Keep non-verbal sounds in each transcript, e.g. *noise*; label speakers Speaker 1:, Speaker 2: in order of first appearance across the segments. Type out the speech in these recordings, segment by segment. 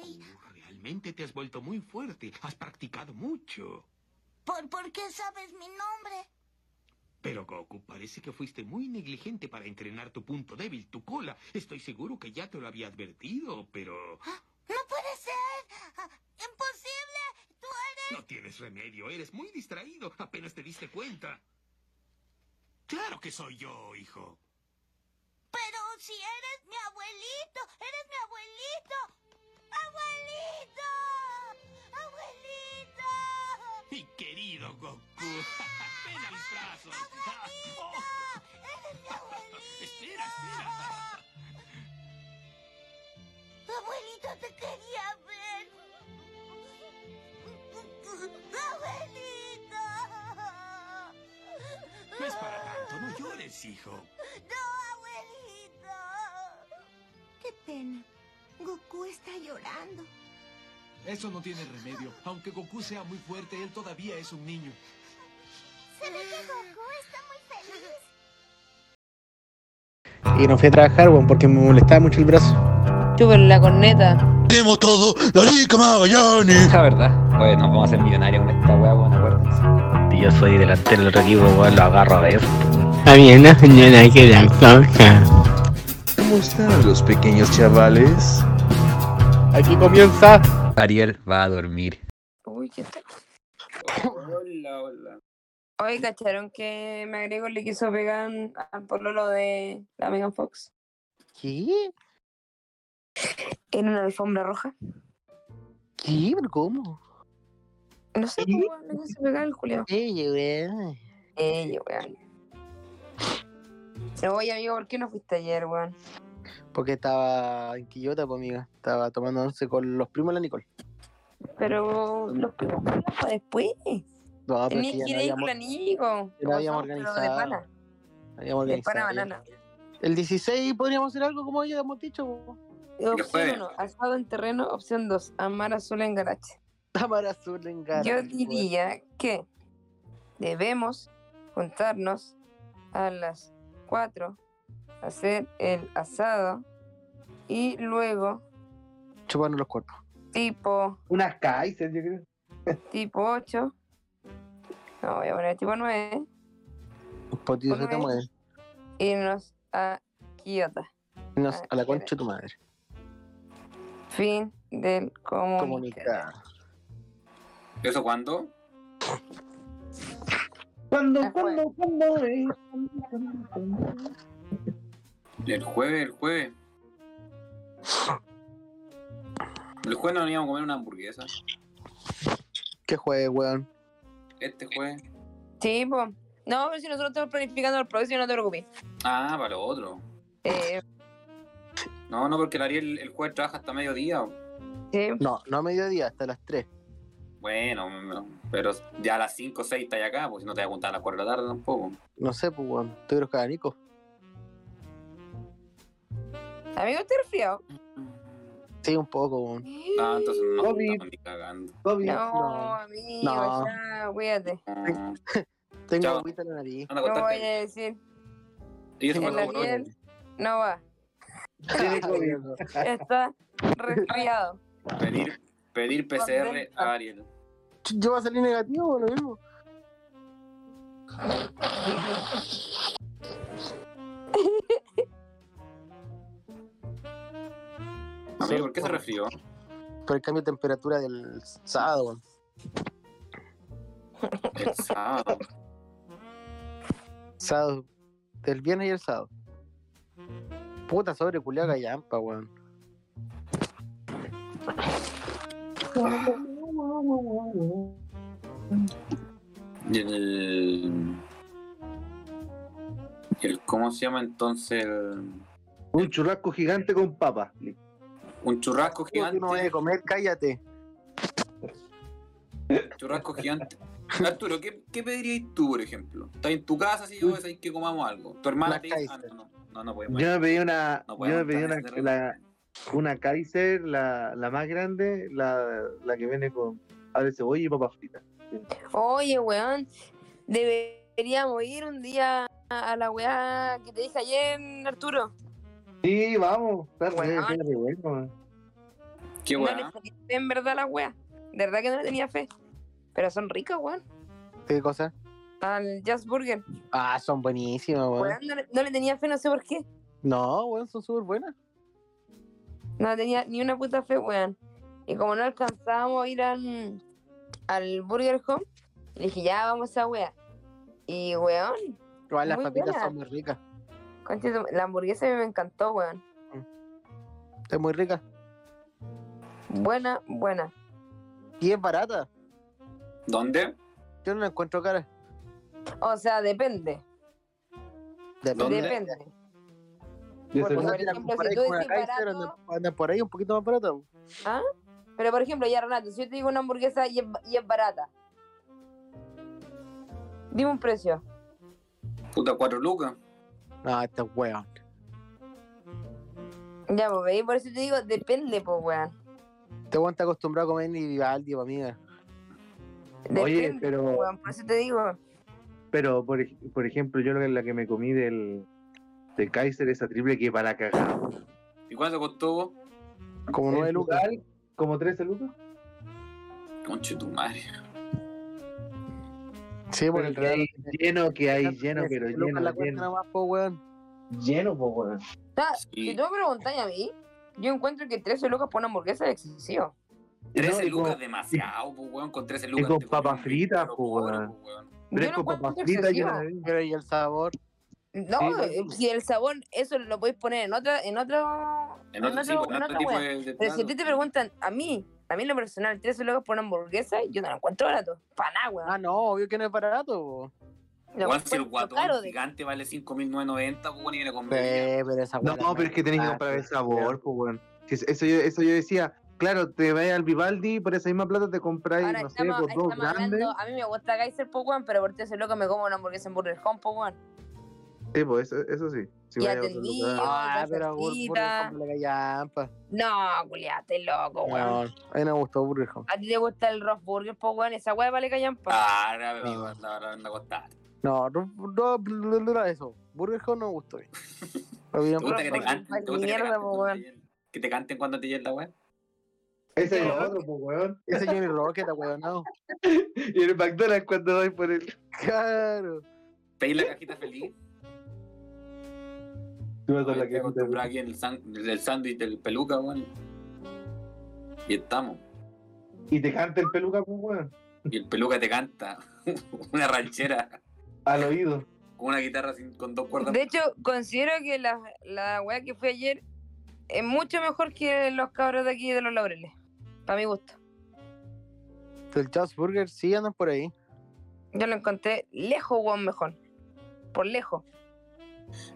Speaker 1: Ay,
Speaker 2: Realmente te has vuelto muy fuerte. Has practicado mucho.
Speaker 1: ¿por, por qué sabes mi nombre?
Speaker 2: Pero Goku, parece que fuiste muy negligente para entrenar tu punto débil, tu cola. Estoy seguro que ya te lo había advertido, pero...
Speaker 1: ¡Ah! ¡No puede ser! ¡Ah! ¡Imposible! ¡Tú eres!
Speaker 2: No tienes remedio, eres muy distraído. Apenas te diste cuenta. Claro que soy yo, hijo.
Speaker 1: ¡Pero si eres mi abuelito! ¡Eres mi abuelito! ¡Abuelito! ¡Abuelito!
Speaker 2: Mi querido Goku. *laughs* Ven a mis brazos. *laughs*
Speaker 1: ¡Abuelito! Ah, ¡Eres mi abuelito!
Speaker 2: Espera, espera.
Speaker 1: Abuelito, te quería ver. Abuelito.
Speaker 2: No es para tanto, no llores, hijo.
Speaker 1: No, abuelito.
Speaker 3: Qué pena. Goku está llorando.
Speaker 4: Eso no tiene remedio. Aunque Goku sea muy fuerte, él todavía es un niño.
Speaker 1: Se ve que Goku está muy feliz.
Speaker 5: Y no fui a trabajar, weón, porque me molestaba mucho el brazo.
Speaker 6: Chúpenle la corneta.
Speaker 7: Tenemos todo, la Liga Magallanes.
Speaker 8: La verdad, pues nos vamos a ser millonarios con esta weá, bueno, acuérdense.
Speaker 9: Yo soy delantero del otro equipo, weón, lo agarro de eso.
Speaker 5: Había una señora que era toca.
Speaker 10: ¿Cómo están los pequeños chavales?
Speaker 5: Aquí comienza.
Speaker 8: Ariel va a dormir.
Speaker 6: Uy, qué tal.
Speaker 11: Hola, hola.
Speaker 6: Hoy cacharon que me agrego le quiso pegar al pololo de la Megan Fox.
Speaker 5: ¿Qué?
Speaker 6: En una alfombra roja.
Speaker 5: ¿Qué? ¿Pero cómo?
Speaker 6: No sé cómo le quiso pegar el culiao.
Speaker 5: Ey, weón. Eh,
Speaker 6: Ey, weón. Oye, amigo, ¿por qué no fuiste ayer, weón?
Speaker 5: Porque estaba en Quillota, pues, amiga. Estaba tomando once con los primos de la Nicole.
Speaker 6: Pero los primos culiados para después.
Speaker 5: No, Ah, pero es
Speaker 6: Tenías que
Speaker 5: que ya
Speaker 6: ir
Speaker 5: no
Speaker 6: ahí
Speaker 5: habíamos,
Speaker 6: con amigo.
Speaker 5: ya no habíamos
Speaker 6: Pero de
Speaker 5: organizado.
Speaker 6: pana,
Speaker 5: habíamos
Speaker 6: de pana
Speaker 5: organizado.
Speaker 6: banana.
Speaker 5: El 16 podríamos hacer algo como ya hemos dicho. po. *laughs*
Speaker 6: Opción
Speaker 11: jueves.
Speaker 6: 1, asado en terreno. Opción 2, amar azul en garache.
Speaker 5: Cámara azul en cara.
Speaker 6: Yo diría que debemos juntarnos a las 4, hacer el asado y luego,
Speaker 5: Chuparnos los cuerpos.
Speaker 6: tipo,
Speaker 10: Unas Kaiser, yo creo.
Speaker 6: tipo 8, no voy a poner tipo 9,
Speaker 5: Los potitos se te
Speaker 6: Ok.
Speaker 5: mueven.
Speaker 6: irnos a Kioto.
Speaker 5: Nos-
Speaker 6: Ah,
Speaker 5: a la
Speaker 6: quiere.
Speaker 5: concha de tu madre.
Speaker 6: Fin del comunicado.
Speaker 5: Comunicada.
Speaker 11: ¿Eso cuándo?
Speaker 6: Ah,
Speaker 10: ¿Cuándo,
Speaker 6: cuándo,
Speaker 10: cuándo, cuándo?
Speaker 5: eh?
Speaker 11: El jueves, el jueves. El jueves nos íbamos a comer una hamburguesa.
Speaker 5: Que juegue, weón.
Speaker 11: Este jueves.
Speaker 6: Sí, po. No, pero si nosotros estamos planificando el próximo, no te preocupes.
Speaker 11: Ah, para lo otro.
Speaker 6: Eh,
Speaker 11: No, no, porque el Ariel el jueves trabaja hasta mediodía.
Speaker 6: sí,
Speaker 5: No, no a mediodía, hasta las 3.
Speaker 11: Bueno, no, pero ya a las 5 o 6 está ya acá, porque si no te voy a contar a las 4 de la tarde tampoco.
Speaker 5: No sé, pues, weón. Estoy los cabanicos.
Speaker 6: Amigo, estoy resfriado.
Speaker 5: Sí, un poco, weón.
Speaker 11: No, Ah, entonces no nos
Speaker 10: Obvio.
Speaker 11: estamos ni cagando.
Speaker 10: Obvio.
Speaker 6: No,
Speaker 5: no,
Speaker 6: amigo,
Speaker 5: no.
Speaker 6: ya, cuídate.
Speaker 11: Ah,
Speaker 5: Tengo
Speaker 11: Chao.
Speaker 5: agüita en la nariz. *laughs*
Speaker 11: Anda,
Speaker 6: No eh, voy
Speaker 11: acostarte.
Speaker 6: a decir,
Speaker 11: Y eso
Speaker 5: Sí,
Speaker 6: el
Speaker 11: cuando
Speaker 5: la
Speaker 11: voló.
Speaker 6: Ariel no va. *laughs*
Speaker 10: Tiene COVID.
Speaker 6: Está resfriado.
Speaker 11: pedir, pedir PCR
Speaker 6: Contenta.
Speaker 11: a Ariel.
Speaker 5: Ch- Yo voy a salir negativo, weón, lo mismo.
Speaker 11: Amigo, ¿por qué se resfrió?
Speaker 5: Por el cambio de temperatura del sábado, weón.
Speaker 11: El sábado.
Speaker 5: Sábado. Del viernes y el sábado. Puta sobre culiaca gallampa, weón.
Speaker 11: Y el. el ¿Cómo se llama entonces? el-
Speaker 10: Un churrasco gigante con papa.
Speaker 11: un churrasco
Speaker 5: Tú
Speaker 11: gigante.
Speaker 5: no eh. vayas a comer, cállate.
Speaker 11: Churrasco gigante. Arturo, ¿qué, ¿qué pedirías tú, por ejemplo? Estás en tu casa, si yo voy a decir que comamos algo. Tu hermana
Speaker 5: Una
Speaker 11: te dice. Ah,
Speaker 5: Kaiser.
Speaker 11: no, no, no, no podemos.
Speaker 10: Yo me pedí una.
Speaker 11: no
Speaker 10: Yo me
Speaker 11: podemos
Speaker 10: pedí
Speaker 11: estar
Speaker 10: una,
Speaker 11: en ese
Speaker 10: la,
Speaker 11: terreno.
Speaker 10: una Kaiser, la, la más grande, la, la que viene con abre cebolla y papas fritas.
Speaker 6: Oye, weón, deberíamos ir un día a la weá que te dije ayer, Arturo.
Speaker 10: Sí, vamos. Está re-
Speaker 6: Weón.
Speaker 10: está re bueno, weón.
Speaker 11: Qué
Speaker 6: No
Speaker 11: weá.
Speaker 6: le tenía fe en verdad la wea. De verdad que no le tenía fe. Pero son ricas, weón.
Speaker 5: ¿Qué cosa?
Speaker 6: Al Jazz Burger.
Speaker 5: Ah, son buenísimas, weón.
Speaker 6: Weón, no, le, no le tenía fe, no sé por qué.
Speaker 5: No, weón, son súper buenas.
Speaker 6: No le tenía ni una puta fe, weón. Y como no alcanzábamos a ir al, al Burger Home, le dije, ya vamos a wea. Y weón,
Speaker 5: Igual las
Speaker 6: Muy
Speaker 5: papitas
Speaker 6: buenas.
Speaker 5: son muy ricas.
Speaker 6: conche tu- la hamburguesa a mí me encantó, weón.
Speaker 5: Es muy rica.
Speaker 6: Buena, buena.
Speaker 5: Y es barata.
Speaker 11: ¿Dónde?
Speaker 5: Yo no la encuentro cara.
Speaker 6: O sea, depende.
Speaker 5: Depende.
Speaker 6: Depende.
Speaker 5: Yo
Speaker 6: Porque,
Speaker 5: sé,
Speaker 6: por
Speaker 5: si la
Speaker 6: ejemplo,
Speaker 5: comparáis
Speaker 6: si tú
Speaker 5: con una
Speaker 6: decís
Speaker 5: Kaiser,
Speaker 6: barato-
Speaker 5: anda- anda por ahí un poquito más barata. weón.
Speaker 6: ¿Ah? Pero por ejemplo, ya Renato, si yo te digo una hamburguesa y es, y es barata, dime un precio.
Speaker 11: Puta, cuatro lucas.
Speaker 5: No, este weón.
Speaker 6: Ya, pues, ¿veis? Por eso te digo, depende, pues, weón.
Speaker 5: Este weón está acostumbrado a comer ni Vivaldi, pues, amiga.
Speaker 6: Depende,
Speaker 10: Oye, pero,
Speaker 6: weón. Por eso te digo,
Speaker 10: pero por, ej- por ejemplo, yo la la que me comí del, del Kaiser, esa triple que para cagar.
Speaker 11: ¿Y cuánto costó vos?
Speaker 5: Como
Speaker 10: En
Speaker 5: nueve lucas.
Speaker 10: total, ¿Como 13 lucas?
Speaker 11: Conche tu madre.
Speaker 5: Sí, porque
Speaker 10: Pero que hay lleno, que hay lleno, pero
Speaker 5: Lucas
Speaker 10: lleno,
Speaker 5: la cuenta
Speaker 10: lleno.
Speaker 5: nomás, pues, weón.
Speaker 10: Lleno, po, weón.
Speaker 6: o sea,
Speaker 11: Sí.
Speaker 6: si tú me preguntas a mí, yo encuentro que 13 lucas por una hamburguesa es excesivo.
Speaker 11: 13
Speaker 10: No, y
Speaker 11: lucas
Speaker 10: con-
Speaker 11: demasiado, pues, weón. Con 13 lucas.
Speaker 10: con
Speaker 11: te comí un
Speaker 10: papas fritas,
Speaker 11: verdadero
Speaker 10: pues,
Speaker 11: locura,
Speaker 10: weón.
Speaker 11: pues, weón.
Speaker 6: Yo lo
Speaker 10: Fresco,
Speaker 6: encuentro
Speaker 10: papas fritas,
Speaker 6: excesivo.
Speaker 10: lleno de-
Speaker 5: Pero y el sabor.
Speaker 6: No,
Speaker 10: Sí,
Speaker 6: eh, si el sabor, eso lo podéis poner en otra, en otro,
Speaker 11: En otro, sí, pues, en otro
Speaker 6: otra
Speaker 11: tipo
Speaker 6: weá.
Speaker 11: de, de
Speaker 6: Pero si a
Speaker 11: plato.
Speaker 6: ti te preguntan, a mí, a mí en lo personal, 13 lucas por una hamburguesa, yo no lo encuentro barato. Para nada, weón.
Speaker 5: Ah, no, obvio que no es barato, po.
Speaker 6: Lo
Speaker 11: Weón, si el
Speaker 6: encuentro
Speaker 11: guatón
Speaker 6: caro de-
Speaker 11: gigante vale 5.990, pues, weón, y viene con media.
Speaker 5: Sí, Eh, pero esa
Speaker 10: No,
Speaker 5: weá
Speaker 10: ah, pero es que tenés que comprar el sabor, pues, weón. Si es- Eso yo, eso yo decía. Claro, te vas al Vivaldi, por esa misma plata te compráis,
Speaker 6: Ahora
Speaker 10: no sé,
Speaker 6: estamos,
Speaker 10: pues, dos
Speaker 6: estamos
Speaker 10: grandes.
Speaker 6: hablando, a mí me gusta Kaiser po, weón, pero por 13 lucas me como una hamburguesa en Burger Home po, weón.
Speaker 10: Sí, pues, eso, eso sí. Si
Speaker 6: Y
Speaker 10: vais a otro
Speaker 6: atendido,
Speaker 10: lugar.
Speaker 5: Ah,
Speaker 6: con
Speaker 5: pero Burger
Speaker 6: salsita.
Speaker 5: Home le callampa.
Speaker 6: No, culiate, loco,
Speaker 10: Oh,
Speaker 6: weón.
Speaker 5: Weón. A mí no me gustó Burger Home.
Speaker 6: A ti te gusta el Ross Burger, po, weón, esa weá vale callampa.
Speaker 11: Ah, la bebida, la la anda costada.
Speaker 5: No, no, no, no, no era eso. Burger Home no
Speaker 10: *laughs*
Speaker 5: me gustó. Lo vi
Speaker 11: ¿Te
Speaker 5: en
Speaker 11: gusta que te
Speaker 6: Ross
Speaker 11: canten?
Speaker 6: Burger,
Speaker 11: ¿Te gusta que te
Speaker 6: mierda,
Speaker 11: canten
Speaker 6: po,
Speaker 11: cuando
Speaker 6: weón.
Speaker 11: te lleguen? ¿Que te canten cuando te lleguen la weón?
Speaker 10: Ese es el otro, pues, weón. *laughs*
Speaker 5: Ese Johnny Rocket, weón.
Speaker 10: Y el McDonald's cuando vais por él.
Speaker 5: Claro.
Speaker 11: ¿Pedís la cajita feliz?
Speaker 10: Tú vas a la
Speaker 11: Estoy
Speaker 10: que
Speaker 11: acostumbrado aquí en el san- en el sándwich del peluca, weón. Y estamos.
Speaker 10: Y te canta el peluca, pues, weón.
Speaker 11: Y el peluca te canta *laughs* una ranchera
Speaker 10: Al oído.
Speaker 11: con una guitarra sin- con dos cuerdas.
Speaker 6: De hecho, considero que la, la weá que fui ayer es mucho mejor que los cabros de aquí de los laureles. Para mi gusto.
Speaker 5: El Just Burger sí andan por ahí.
Speaker 6: Yo lo encontré lejos, weón, mejor. Por lejos.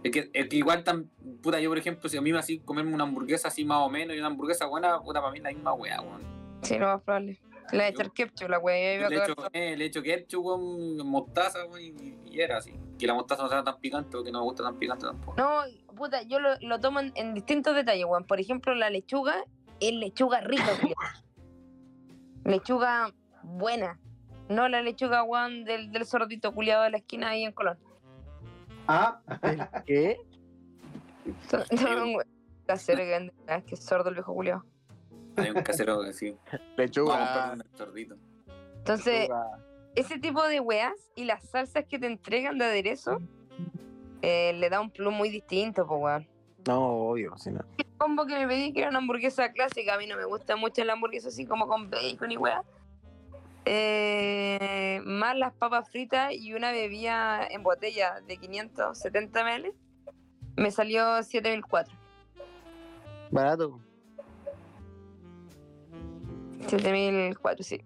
Speaker 11: Es que, es que igual tan. Puta, yo por ejemplo, si a mí me así comerme una hamburguesa así más o menos y una hamburguesa buena, puta, para mí es la misma weá, weón.
Speaker 6: Sí, lo más probable. Le voy a echar ketchup, la weá. Yo iba a
Speaker 11: Le echo,
Speaker 6: cagar.
Speaker 11: eh, le echo ketchup, weón, mostaza, weón, y, y era así. Que la mostaza no sea tan picante, porque no me gusta tan picante tampoco.
Speaker 6: *laughs* No, puta, yo lo, lo tomo en, en distintos detalles, weón. Por ejemplo, la lechuga es lechuga rica, culiao. Lechuga buena. No la lechuga, weón, del, del sordito culiado de la esquina ahí en Colón.
Speaker 10: Ah,
Speaker 5: ¿Qué?
Speaker 6: No, no, weón. Casero que vende- ah, es que es sordo el viejo culiado.
Speaker 11: Hay un casero así. Vamos a
Speaker 5: Lechuga.
Speaker 11: comprar un sordito.
Speaker 6: Entonces, ese tipo de weas y las salsas que te entregan de aderezo eh, le da un plus muy distinto, pues, weón.
Speaker 5: No, obvio. Si no.
Speaker 6: combo que me pedí que era una hamburguesa clásica. A mí no me gusta mucho la hamburguesa así como con bacon y weá. Eh, más las papas fritas y una bebida en botella de 570 ml. Me salió 7004.
Speaker 5: Barato.
Speaker 6: 7004, sí.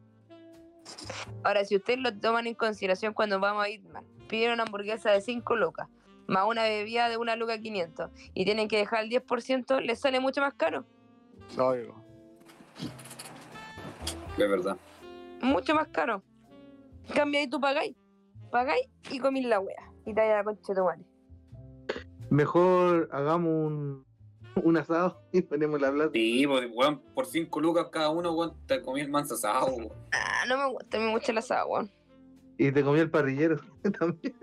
Speaker 6: Ahora, si ustedes lo toman en consideración cuando vamos a Itman, piden una hamburguesa de 5 lucas, más una bebida de una luca 500, y tienen que dejar el 10%, les sale mucho más caro.
Speaker 5: Obvio.
Speaker 11: De verdad.
Speaker 6: mucho más caro. Cambia y tú pagáis. Pagáis y comís la wea. Y te vaya la concha de tu madre.
Speaker 10: mejor hagamos un, un asado y ponemos la plata.
Speaker 11: Sí, pues, weón, por 5 lucas cada uno, weón, te comí el manso asado, weón. *laughs*
Speaker 6: Ah, no me gusta, me gusta el asado, weón. *laughs*
Speaker 10: Y te comió el parrillero *laughs* también.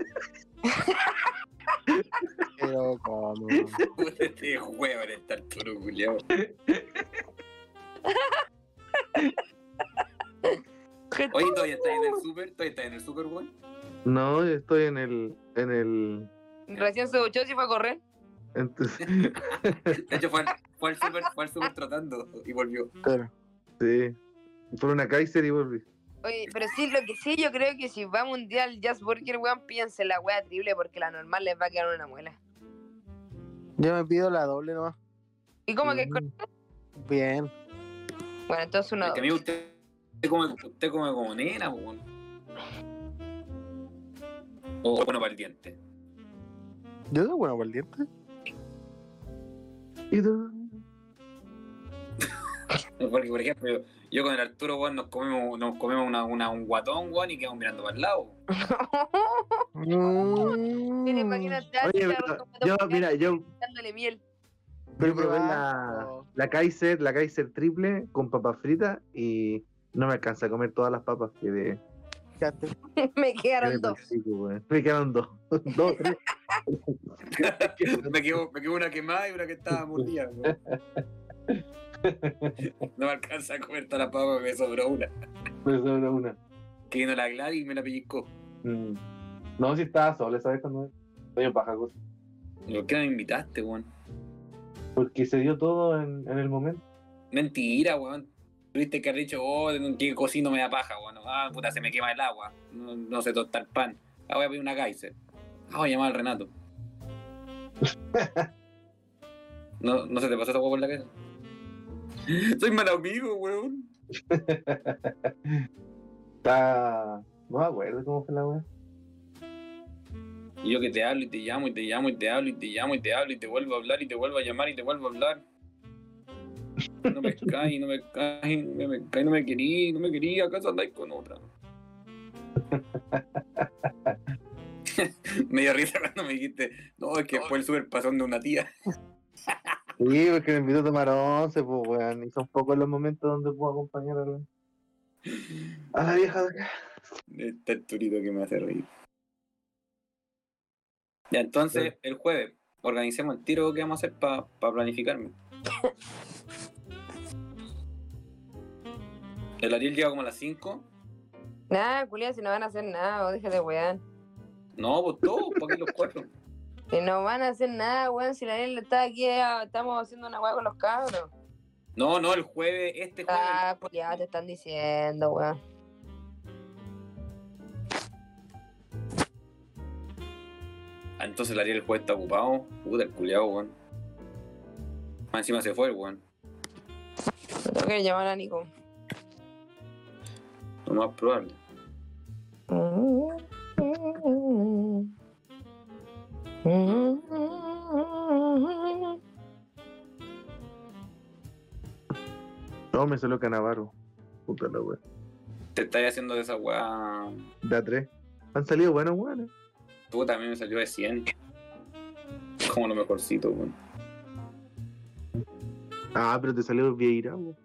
Speaker 5: Pero como.
Speaker 11: Este juego en estar puro culiao. Oye, todavía está en el super, todavía está en el super, weón.
Speaker 10: No, yo estoy en el. En el.
Speaker 6: Recién se duchó y fue a correr.
Speaker 10: *laughs* entonces-
Speaker 11: De hecho, fue al, fue al super, fue al super tratando y volvió.
Speaker 10: sí. Por una Kaiser y volví.
Speaker 6: Oye, pero sí, lo que sí, yo creo que si va a mundial Jazz Burger, weón, pídense la wea triple porque la normal les va a quedar una muela.
Speaker 5: Yo me pido la doble nomás.
Speaker 6: ¿Y cómo
Speaker 5: Mm.
Speaker 6: que es correcto?
Speaker 5: Bien.
Speaker 6: Bueno, entonces uno.
Speaker 11: Es que a mí usted, usted come, usted come como nena, weón. O bueno para el diente.
Speaker 5: Yo soy bueno para el diente.
Speaker 10: ¿Y tú?
Speaker 11: Porque, por ejemplo, yo con el Arturo, weón, nos comemos, nos comemos una, una- un guatón, weón, y quedamos mirando para el lado.
Speaker 6: *laughs*
Speaker 5: Mm.
Speaker 6: Mira, imagínate,
Speaker 10: Oye,
Speaker 6: Arturo,
Speaker 10: pero
Speaker 6: con
Speaker 10: yo,
Speaker 6: dos
Speaker 10: mira, yo,
Speaker 6: dándole miel. *laughs*
Speaker 10: yo probé la, la Kaiser, la Kaiser triple con papas fritas y no me alcanza a comer todas las papas que de.
Speaker 5: Fíjate.
Speaker 6: Me quedaron dos.
Speaker 10: Me quedaron dos. *laughs* dos tres.
Speaker 11: me, quedo, me quedo una quemada y una que estaba mordida, weón. No me alcanza a comer toda la papa, me sobró una.
Speaker 10: Me sobra una.
Speaker 11: Que vino la Gladys y me la pellizcó.
Speaker 10: Mm. No, si estaba sola, ¿sabes cuando es? Oye, paja, cosa.
Speaker 11: ¿Por qué no me invitaste, weón?
Speaker 10: Porque se dio todo en, en el momento. *laughs*
Speaker 11: Mentira, weón. Tuviste que haber dicho, oh, que cocino me da paja, weón. Ah, puta, se me quema el agua. No, no sé tostar pan. Ah, voy a pedir una Kaiser. Ah, voy a llamar al Renato. no, no se te pasó esa hueá por la cabeza. *laughs* Soy mal amigo, weón.
Speaker 10: Está. No me acuerdo cómo fue la weá.
Speaker 11: Y yo que te hablo y te llamo y te llamo y te hablo y te llamo y te hablo y te vuelvo a hablar y te vuelvo a llamar y te vuelvo a hablar. No me caes, no me caes, no me caes, no me querís, no me querís, acaso andáis con *laughs* otra. me dio risa cuando me dijiste, no, es que fue el superpasón de una tía.
Speaker 10: Sí, porque me invitó a tomar once, pues weón. Y son pocos los momentos donde puedo acompañar a la, a la vieja de acá.
Speaker 11: Este turito que me hace reír. Ya, entonces, el jueves, organicemos el tiro que vamos a hacer para *laughs* planificarme. El Ariel llega como a las 5.
Speaker 6: Nada, culia, si no van a hacer nada, vos déjate, weón.
Speaker 11: No, pues todos, porque los cuatro.
Speaker 6: Si no van a hacer nada, weón, si la Ariel está aquí, ah, estamos haciendo una weá con los cabros.
Speaker 11: No, no, el jueves, este jueves.
Speaker 6: Ah, culiado, te están diciendo, weón.
Speaker 11: Ah, entonces el Ariel el jueves está ocupado. Puta, el culiao, weón. Más Encima se fue el weón.
Speaker 6: Tengo que llamar a Nico. *laughs*
Speaker 11: Lo más probable.
Speaker 10: No, me salió Canavaro. Puta la weón.
Speaker 11: Te estáis haciendo de esa weá.
Speaker 10: Da tres. Han salido buenos weones.
Speaker 11: Tú también me salió de 100. Como lo mejorcito, weón.
Speaker 10: Ah, pero te salió Vieira, weón.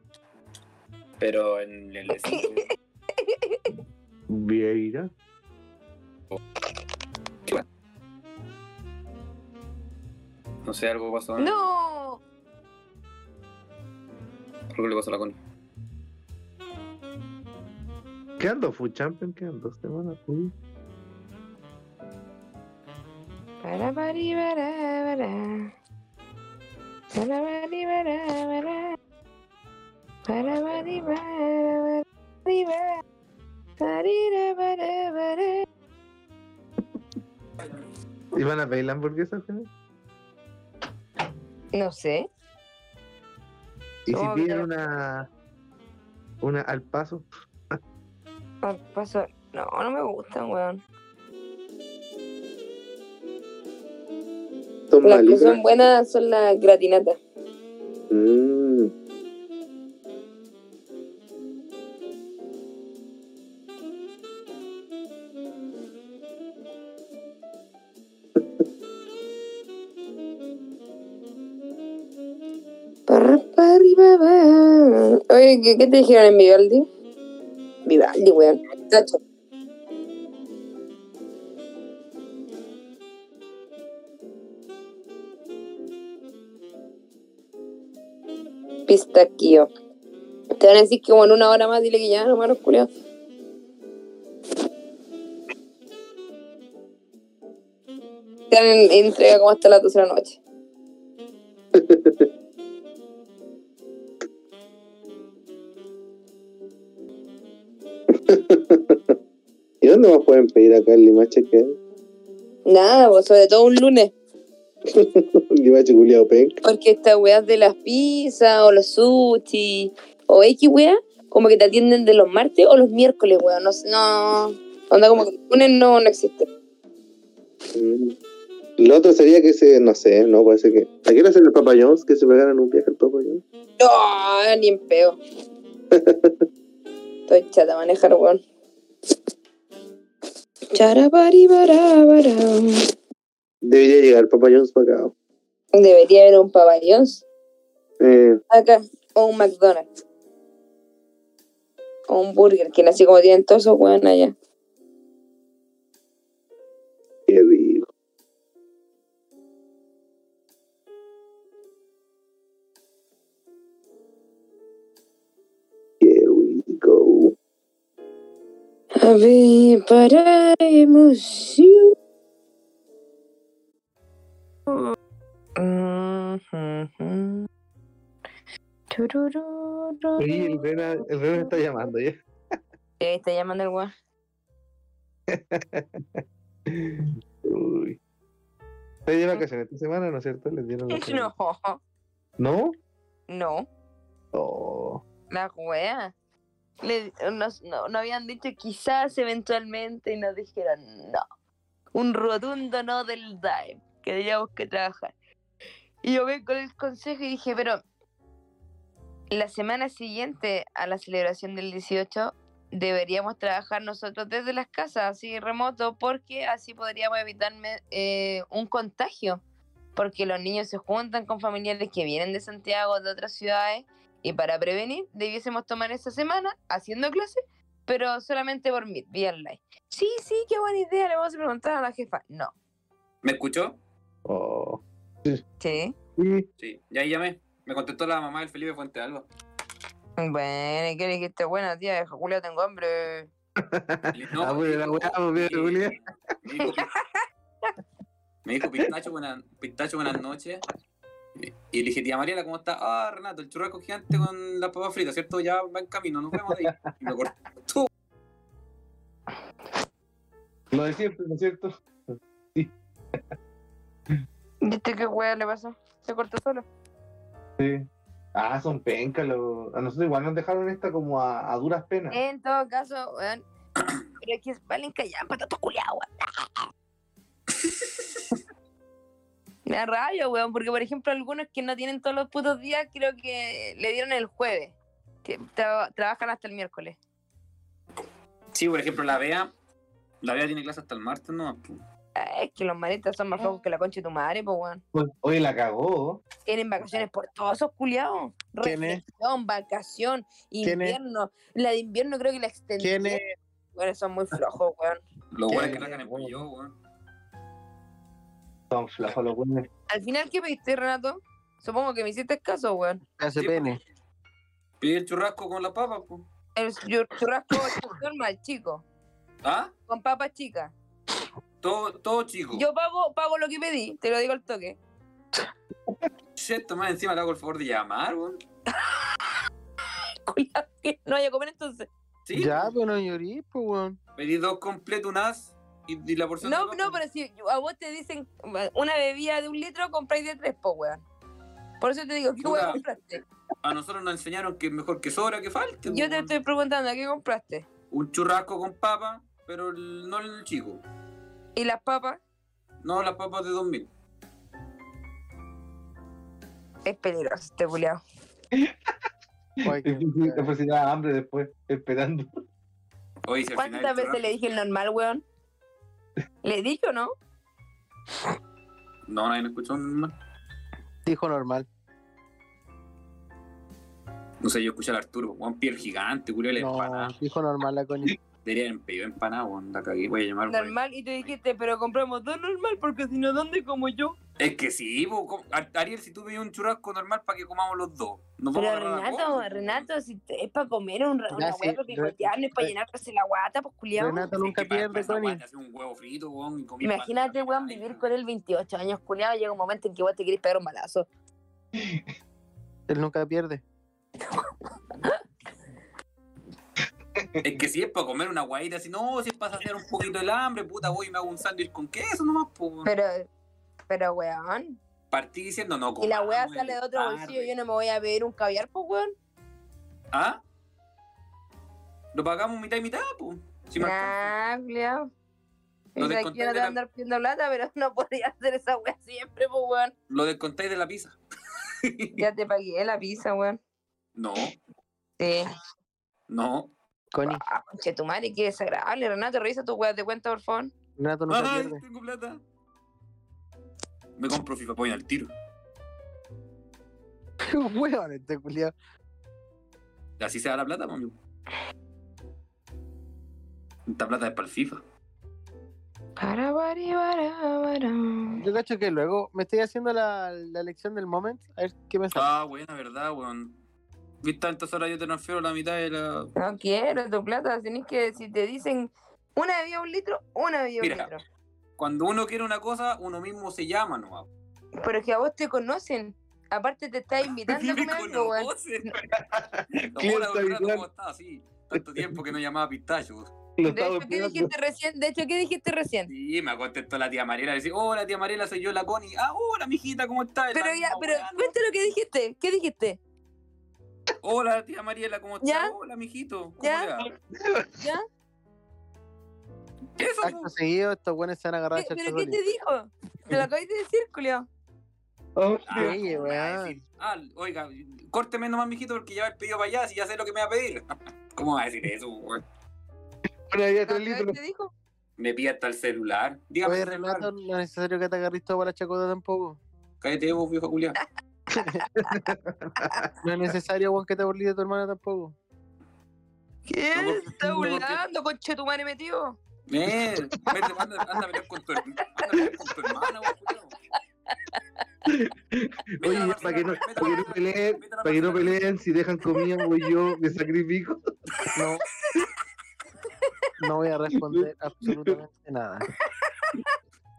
Speaker 11: Pero en el de cinco,
Speaker 10: Vieira.
Speaker 11: no sé, algo
Speaker 6: *laughs*
Speaker 11: pasó.
Speaker 6: ¡No!
Speaker 11: Algo le pasó a la Connie.
Speaker 10: ¿Qué ando, Fu Champion? ¿Qué ando? Este, Semana, Fu.
Speaker 6: Para, pari, para, para. Para, pari, para, para. Para, pari, para, para, pari, para. Parira, para, para.
Speaker 10: ¿Y van a pedir la hamburguesa al final?
Speaker 6: No sé.
Speaker 10: ¿Y si
Speaker 6: No,
Speaker 10: piden
Speaker 6: mira.
Speaker 10: una. Una al paso?
Speaker 6: Al Ah, paso. No, no me gustan, weón. Las que son buenas son las gratinatas. Oye, ¿qué, qué te dijeron en Vivaldi? Vivaldi, weón. Cacho. Pistachio. Te van a decir que como en una hora más dile que ya, hermano, culiao. Te dan en- entrega como hasta las 12 de la noche.
Speaker 10: ¿Y dónde más pueden pedir acá el limache que hay?
Speaker 6: Nada, pues, sobre todo un lunes.
Speaker 10: Un limache culiao penca.
Speaker 6: Porque estas weas de las pizzas o los sushi o X wea, como que te atienden de los martes o los miércoles, weón. No, sé, no. Onda como que el lunes no, no existe.
Speaker 10: Mm. Lo otro sería que se, no sé, no, parece que. ¿A qué hora hacer el Papa John's? Que se pegaran un viaje al Papa John's.
Speaker 6: No, ni en peo. Estoy chata a manejar, weón. Charabaribarabara.
Speaker 10: Debería llegar Papa John's para acá.
Speaker 6: Debería haber un pabellón
Speaker 10: Eh,
Speaker 6: acá. O un McDonald's. O un Burger King, así como tienen todos esos weón allá.
Speaker 10: qué rico. Qué rico.
Speaker 6: A ver, para emoción.
Speaker 10: Oye, el Rena, el Rena está llamando ya.
Speaker 6: Sí, está llamando el weón.
Speaker 10: Uy. ¿Te de vacaciones esta semana, no es cierto? ¿Les dieron vacaciones?
Speaker 6: *laughs* No,
Speaker 10: ¿No?
Speaker 6: no,
Speaker 10: Oh.
Speaker 6: la wea. Le- nos, no, no habían dicho quizás eventualmente y nos dijeron no. Un rotundo no del DAE, que teníamos que trabajar. Y yo vengo con el consejo y dije, pero la semana siguiente a la celebración del 18 deberíamos trabajar nosotros desde las casas, así remoto, porque así podríamos evitarme eh, un contagio. Porque los niños se juntan con familiares que vienen de Santiago, de otras ciudades, y para prevenir debiésemos tomar esa semana haciendo clases, pero solamente por Meet, vía online. Sí, sí, qué buena idea, le vamos a preguntar a la jefa. No.
Speaker 11: ¿Me escuchó?
Speaker 10: Oh.
Speaker 6: Sí.
Speaker 10: Sí.
Speaker 11: Sí, ya ahí llamé. Me contestó la mamá del Felipe Fuente Alba.
Speaker 6: Bueno, ¿y ¿qué le dijiste? Buena tía, vieja culia, tengo hambre.
Speaker 11: No,
Speaker 10: ah, bueno, la weá, pues, mira, Julia.
Speaker 11: *laughs* Me dijo, pi- me dijo, Pistacho, buena- Pistacho, buenas noches. Y le dije, tía Mariela, ¿cómo está? Ah, Renato, el churrasco gigante con las papas fritas, ¿cierto? Ya va en camino, nos vemos ahí. Y me cortó.
Speaker 10: Lo de siempre, ¿no es cierto?
Speaker 6: ¿Viste qué hueá le pasó? Se cortó solo.
Speaker 10: Sí. Ah, son pencas. lo- A nosotros igual nos dejaron esta como a, a duras penas.
Speaker 6: En todo caso, weón. *coughs* Pero es que es valen callar, patato culiao, weón. *laughs* Me da rabia, weón, porque por ejemplo, algunos que no tienen todos los putos días, creo que le dieron el jueves. Que tra- trabajan hasta el miércoles.
Speaker 11: Sí, por ejemplo, la Bea. La Bea tiene clase hasta el martes, ¿no?
Speaker 6: Ah, Es que los maletas son más flojos que la concha de tu madre, pues, weón.
Speaker 10: Pues, Oye, la cagó.
Speaker 6: Tienen vacaciones por todos esos culiados.
Speaker 5: ¿Quién es?
Speaker 6: Reflexión, vacación,
Speaker 5: ¿Quién es?
Speaker 6: invierno. La de invierno creo que la extendieron.
Speaker 5: ¿Quién es?
Speaker 6: Bueno, son muy flojos, weón.
Speaker 11: Lo bueno es que
Speaker 5: Ya,
Speaker 11: trabajan en
Speaker 5: bueno.
Speaker 11: pollo, weón.
Speaker 10: Son flojos los buenos.
Speaker 6: Al final, ¿qué pediste, Renato? Supongo que me hiciste caso, weón.
Speaker 5: Hace pene.
Speaker 11: Pide el churrasco con la papa, pues.
Speaker 6: El chu- churrasco *coughs* normal, chico.
Speaker 11: ¿Ah?
Speaker 6: Con papas chicas.
Speaker 11: Todo, todo chico.
Speaker 6: Yo pago, pago lo que pedí, te lo digo al toque. *laughs*
Speaker 11: Shit, más encima le hago el favor de llamar, weón.
Speaker 6: Culiao, que no vaya a comer entonces.
Speaker 11: Sí.
Speaker 5: Ya, pero no llorí, pues, weón.
Speaker 11: Pedí dos completos, un as y, y la porción
Speaker 6: No,
Speaker 11: de
Speaker 6: no,
Speaker 11: papa.
Speaker 6: pero si a vos te dicen una bebida de un litro, compráis de tres, po, weón. Por eso te digo, ¿qué
Speaker 11: Puta.
Speaker 6: weón compraste?
Speaker 11: A nosotros nos enseñaron que es mejor que sobra que falte. pues,
Speaker 6: Yo te
Speaker 11: weón.
Speaker 6: estoy preguntando, ¿qué compraste?
Speaker 11: Un churrasco con papa, pero el- no el chico.
Speaker 6: ¿Y las papas?
Speaker 11: No las papas de 2000.
Speaker 6: Es peligroso este culiao.
Speaker 5: Ay, *laughs* qué
Speaker 10: Te
Speaker 5: weón.
Speaker 10: ofrecía hambre después, esperando. *laughs*
Speaker 11: Oye, si al final
Speaker 6: ¿Cuántas
Speaker 11: el
Speaker 6: veces le
Speaker 11: churrasco-
Speaker 6: dije el normal, weón? ¿Le dije o
Speaker 11: *laughs*
Speaker 6: no?
Speaker 11: No, nadie me escuchó. No,
Speaker 5: Dijo normal.
Speaker 11: no sé, yo escuché al Arturo. Juan Piel gigante, Julio la
Speaker 5: No,
Speaker 11: empanada.
Speaker 5: dijo normal la Connie.
Speaker 11: Debería haber pedido empanada, weón. La cagué, voy a llamar. weón.
Speaker 6: Normal, y tú dijiste, pero compramos dos normal, porque si no, ¿dónde como yo?
Speaker 11: Es que sí, po, co- Ar- Ariel, si tú pedís un churrasco normal para que comamos los dos. Nos vamos a
Speaker 6: Pero
Speaker 11: agarrar a
Speaker 6: Renato,
Speaker 11: combos.
Speaker 6: Renato, si te- es para comer un,
Speaker 11: Ya,
Speaker 6: una
Speaker 11: sí,
Speaker 6: hueá para es para
Speaker 11: Re-
Speaker 6: llenarse la guata, pues culiado.
Speaker 5: Renato nunca
Speaker 11: Que para- para
Speaker 5: pierde,
Speaker 11: esa
Speaker 5: Connie.
Speaker 11: weá te hace un huevo frito, weón, y comí
Speaker 6: Imagínate, weón, vivir con él 28 años, culiado. Llega un momento en que vos te querés pegar un balazo.
Speaker 5: Él nunca pierde.
Speaker 11: Es que si es para comer una guaita, si no, si es para saciar un poquito el hambre, puta, voy y me hago un sándwich con queso nomás, po.
Speaker 6: Pero, pero, weón.
Speaker 11: Partí diciendo no,
Speaker 6: Y la
Speaker 11: comamos
Speaker 6: weá
Speaker 11: en
Speaker 6: sale de
Speaker 11: la
Speaker 6: otro
Speaker 11: tarde.
Speaker 6: bolsillo. Yo no me voy a pedir un caviar, pues, weón.
Speaker 11: ¿Ah? Lo pagamos mitad y mitad, po. Si me alcanza.
Speaker 6: nah, culiado.
Speaker 11: Lo
Speaker 6: Yo sé que
Speaker 11: desconté
Speaker 6: yo no te voy
Speaker 11: de
Speaker 6: a
Speaker 11: la-
Speaker 6: andar pidiendo plata, pero *laughs* no podía hacer esa weá siempre, pues, weón.
Speaker 11: Lo descontáis de la pizza. *laughs*
Speaker 6: Ya te pagué la pizza, weón.
Speaker 11: No,
Speaker 6: Sí.
Speaker 11: no. Ah.
Speaker 5: Connie,
Speaker 6: Che, tu madre, qué desagradable. Renato, revisa tus weas de cuenta, por favor.
Speaker 5: Renato nunca
Speaker 11: Ay,
Speaker 5: pierde.
Speaker 11: Ah,
Speaker 5: *laughs*
Speaker 11: tengo plata. Me compro FIFA Point al tiro.
Speaker 5: Qué hueón este culiado.
Speaker 11: Así se da la plata, mami. Esta plata es para el FIFA.
Speaker 6: Para, para, para, para.
Speaker 5: Yo cacho que luego me estoy haciendo la, la lección del moment. A ver qué me sale.
Speaker 11: Ah, buena, ¿verdad, weón? Viste, entonces ahora yo te transfiero la mitad de la.
Speaker 6: No quiero tu plata, tenés que, si te dicen una bebida un litro, una bebida
Speaker 11: Mira.
Speaker 6: un litro.
Speaker 11: Cuando uno quiere una cosa, uno mismo se
Speaker 6: *laughs*
Speaker 11: llama, ¿no?
Speaker 6: Pero es que a vos te conocen. Aparte te *laughs* está invitando a
Speaker 11: Me
Speaker 6: comer algo,
Speaker 11: *laughs*
Speaker 6: weón.
Speaker 10: *laughs*
Speaker 11: conocen. Hola,
Speaker 10: Clienta
Speaker 11: don Renato,
Speaker 10: habitual.
Speaker 11: ¿cómo estás? Sí, tanto tiempo que no llamaba Pistacho.
Speaker 10: Lo
Speaker 6: De
Speaker 10: estaba
Speaker 6: hecho, ¿qué
Speaker 10: esperando.
Speaker 6: dijiste recién? De hecho, ¿qué dijiste recién?
Speaker 11: Sí, me contestó la tía Mariela. Decía, hola, tía Mariela, soy yo, la Connie. Ah, hola, mijita, ¿cómo estás?
Speaker 6: Pero
Speaker 11: La
Speaker 6: ya,
Speaker 11: misma
Speaker 6: pero
Speaker 11: weá, ¿no?
Speaker 6: cuéntalo lo que dijiste. ¿Qué dijiste?
Speaker 11: Hola, tía Mariela, ¿cómo estás?
Speaker 6: ¿Ya?
Speaker 11: Hola, mijito. ¿Cómo
Speaker 6: ¿Ya?
Speaker 11: le va?
Speaker 6: ¿Ya?
Speaker 11: Eso,
Speaker 5: Acto
Speaker 11: pues.
Speaker 5: seguido, estos buenos se han agarrado
Speaker 6: ¿Qué-
Speaker 5: a
Speaker 6: ¿Pero qué
Speaker 5: Charchagoli.
Speaker 6: te dijo? Te lo acabas de decir, culiao.
Speaker 10: Oh,
Speaker 11: Ah,
Speaker 5: Sí,
Speaker 11: me va a
Speaker 5: weón.
Speaker 11: decir, ah, oiga, córteme nomás, mijito, porque ya el pedido para allá, si ya sé lo que me va a pedir. *laughs* ¿Cómo va a decir eso, weón?
Speaker 10: una vida
Speaker 6: ¿Lo
Speaker 10: tres
Speaker 6: que
Speaker 10: litros.
Speaker 6: te dijo?
Speaker 11: Me pide hasta el celular. Dígame,
Speaker 5: Oye,
Speaker 11: el celular.
Speaker 5: Renato, no es necesario que te agarres todo para la chacota tampoco.
Speaker 11: cállate vos,
Speaker 10: *laughs*
Speaker 11: viejo Julián.
Speaker 5: No
Speaker 11: *laughs*
Speaker 5: es necesario, weón, que te burles de tu hermana tampoco.
Speaker 6: ¿Qué?
Speaker 11: No, porque-
Speaker 6: ¿Se está
Speaker 11: no, porque-
Speaker 6: burlando, conche tu madre metido?
Speaker 11: Eh, vete, anda, anda a pelear con tu, her- anda a pelear con tu hermana, vos, culiao. Vete a la
Speaker 10: Oye,
Speaker 11: Barcelona,
Speaker 10: para que no,
Speaker 11: vete a
Speaker 10: para
Speaker 11: la
Speaker 10: que no
Speaker 11: Barcelona,
Speaker 10: peleen,
Speaker 11: vete a la
Speaker 10: para que no
Speaker 11: Barcelona.
Speaker 10: peleen, si dejan comida voy yo, me sacrifico. *laughs*
Speaker 5: No. No voy a
Speaker 11: *laughs*
Speaker 5: responder absolutamente nada.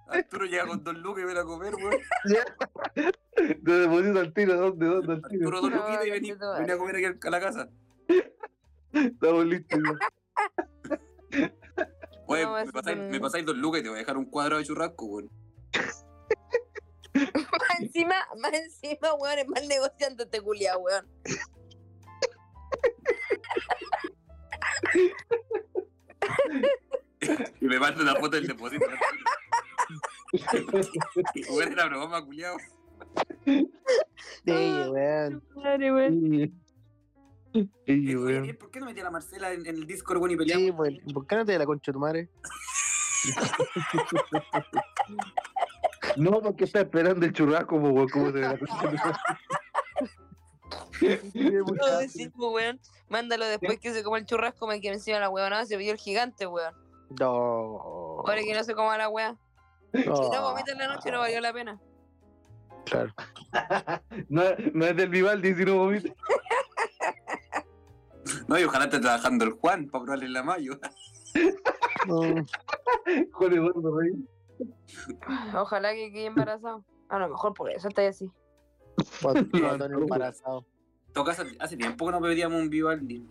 Speaker 11: Arturo llega con dos lucas y viene a comer, weón.
Speaker 10: Te deposito al tiro, ¿dónde, dónde al tiro?
Speaker 11: Arturo dos
Speaker 6: No,
Speaker 11: luquitas y
Speaker 6: no
Speaker 11: vení,
Speaker 6: entiendo,
Speaker 11: vení a comer aquí a la casa.
Speaker 10: Estamos listos.
Speaker 11: Oye,
Speaker 6: No,
Speaker 11: me,
Speaker 6: eso
Speaker 11: pasáis,
Speaker 6: no.
Speaker 11: me pasáis dos lucas y te voy a dejar un cuadrado de churrasco, weón.
Speaker 6: Más encima, más encima, weón, es mal negociante este culiao, weón.
Speaker 11: Y me manda una foto del depósito.
Speaker 10: *laughs*
Speaker 11: Weón, era broma, culiao.
Speaker 5: Sí,
Speaker 6: Ah.
Speaker 5: weón.
Speaker 6: Madre, weón.
Speaker 10: Y,
Speaker 11: Eh, oye,
Speaker 10: weón. pues,
Speaker 11: eh, ¿Por qué no metí a la Marcela en, en el Discord, weón, y
Speaker 5: Sí,
Speaker 11: peleamos?
Speaker 5: weón. ¿Por qué no te da la concha de tu
Speaker 11: *laughs*
Speaker 5: madre?
Speaker 10: No, porque está esperando el churrasco, po, weón. ¿Cómo se ve la *laughs* cosa?
Speaker 6: No, sí, pues, weón. Mándalo después que se coma el churrasco, me que encima la weón. No, se pidió el gigante, weón.
Speaker 5: No.
Speaker 6: Ahora que no se coma la weá. Si no vomita en la noche, no valió la pena.
Speaker 11: *laughs*
Speaker 5: Claro.
Speaker 10: No, no es del Vivaldi, sino vomita.
Speaker 11: No, y ojalá esté trabajando el Juan para probarle la mayo.
Speaker 5: Mm,
Speaker 10: Juan Eduardo Rey.
Speaker 6: Ojalá que quede embarazado. A lo mejor por eso está así.
Speaker 11: *laughs*
Speaker 5: guatón embarazado.
Speaker 11: Toca hace, hace tiempo que no pedíamos un Vivaldi.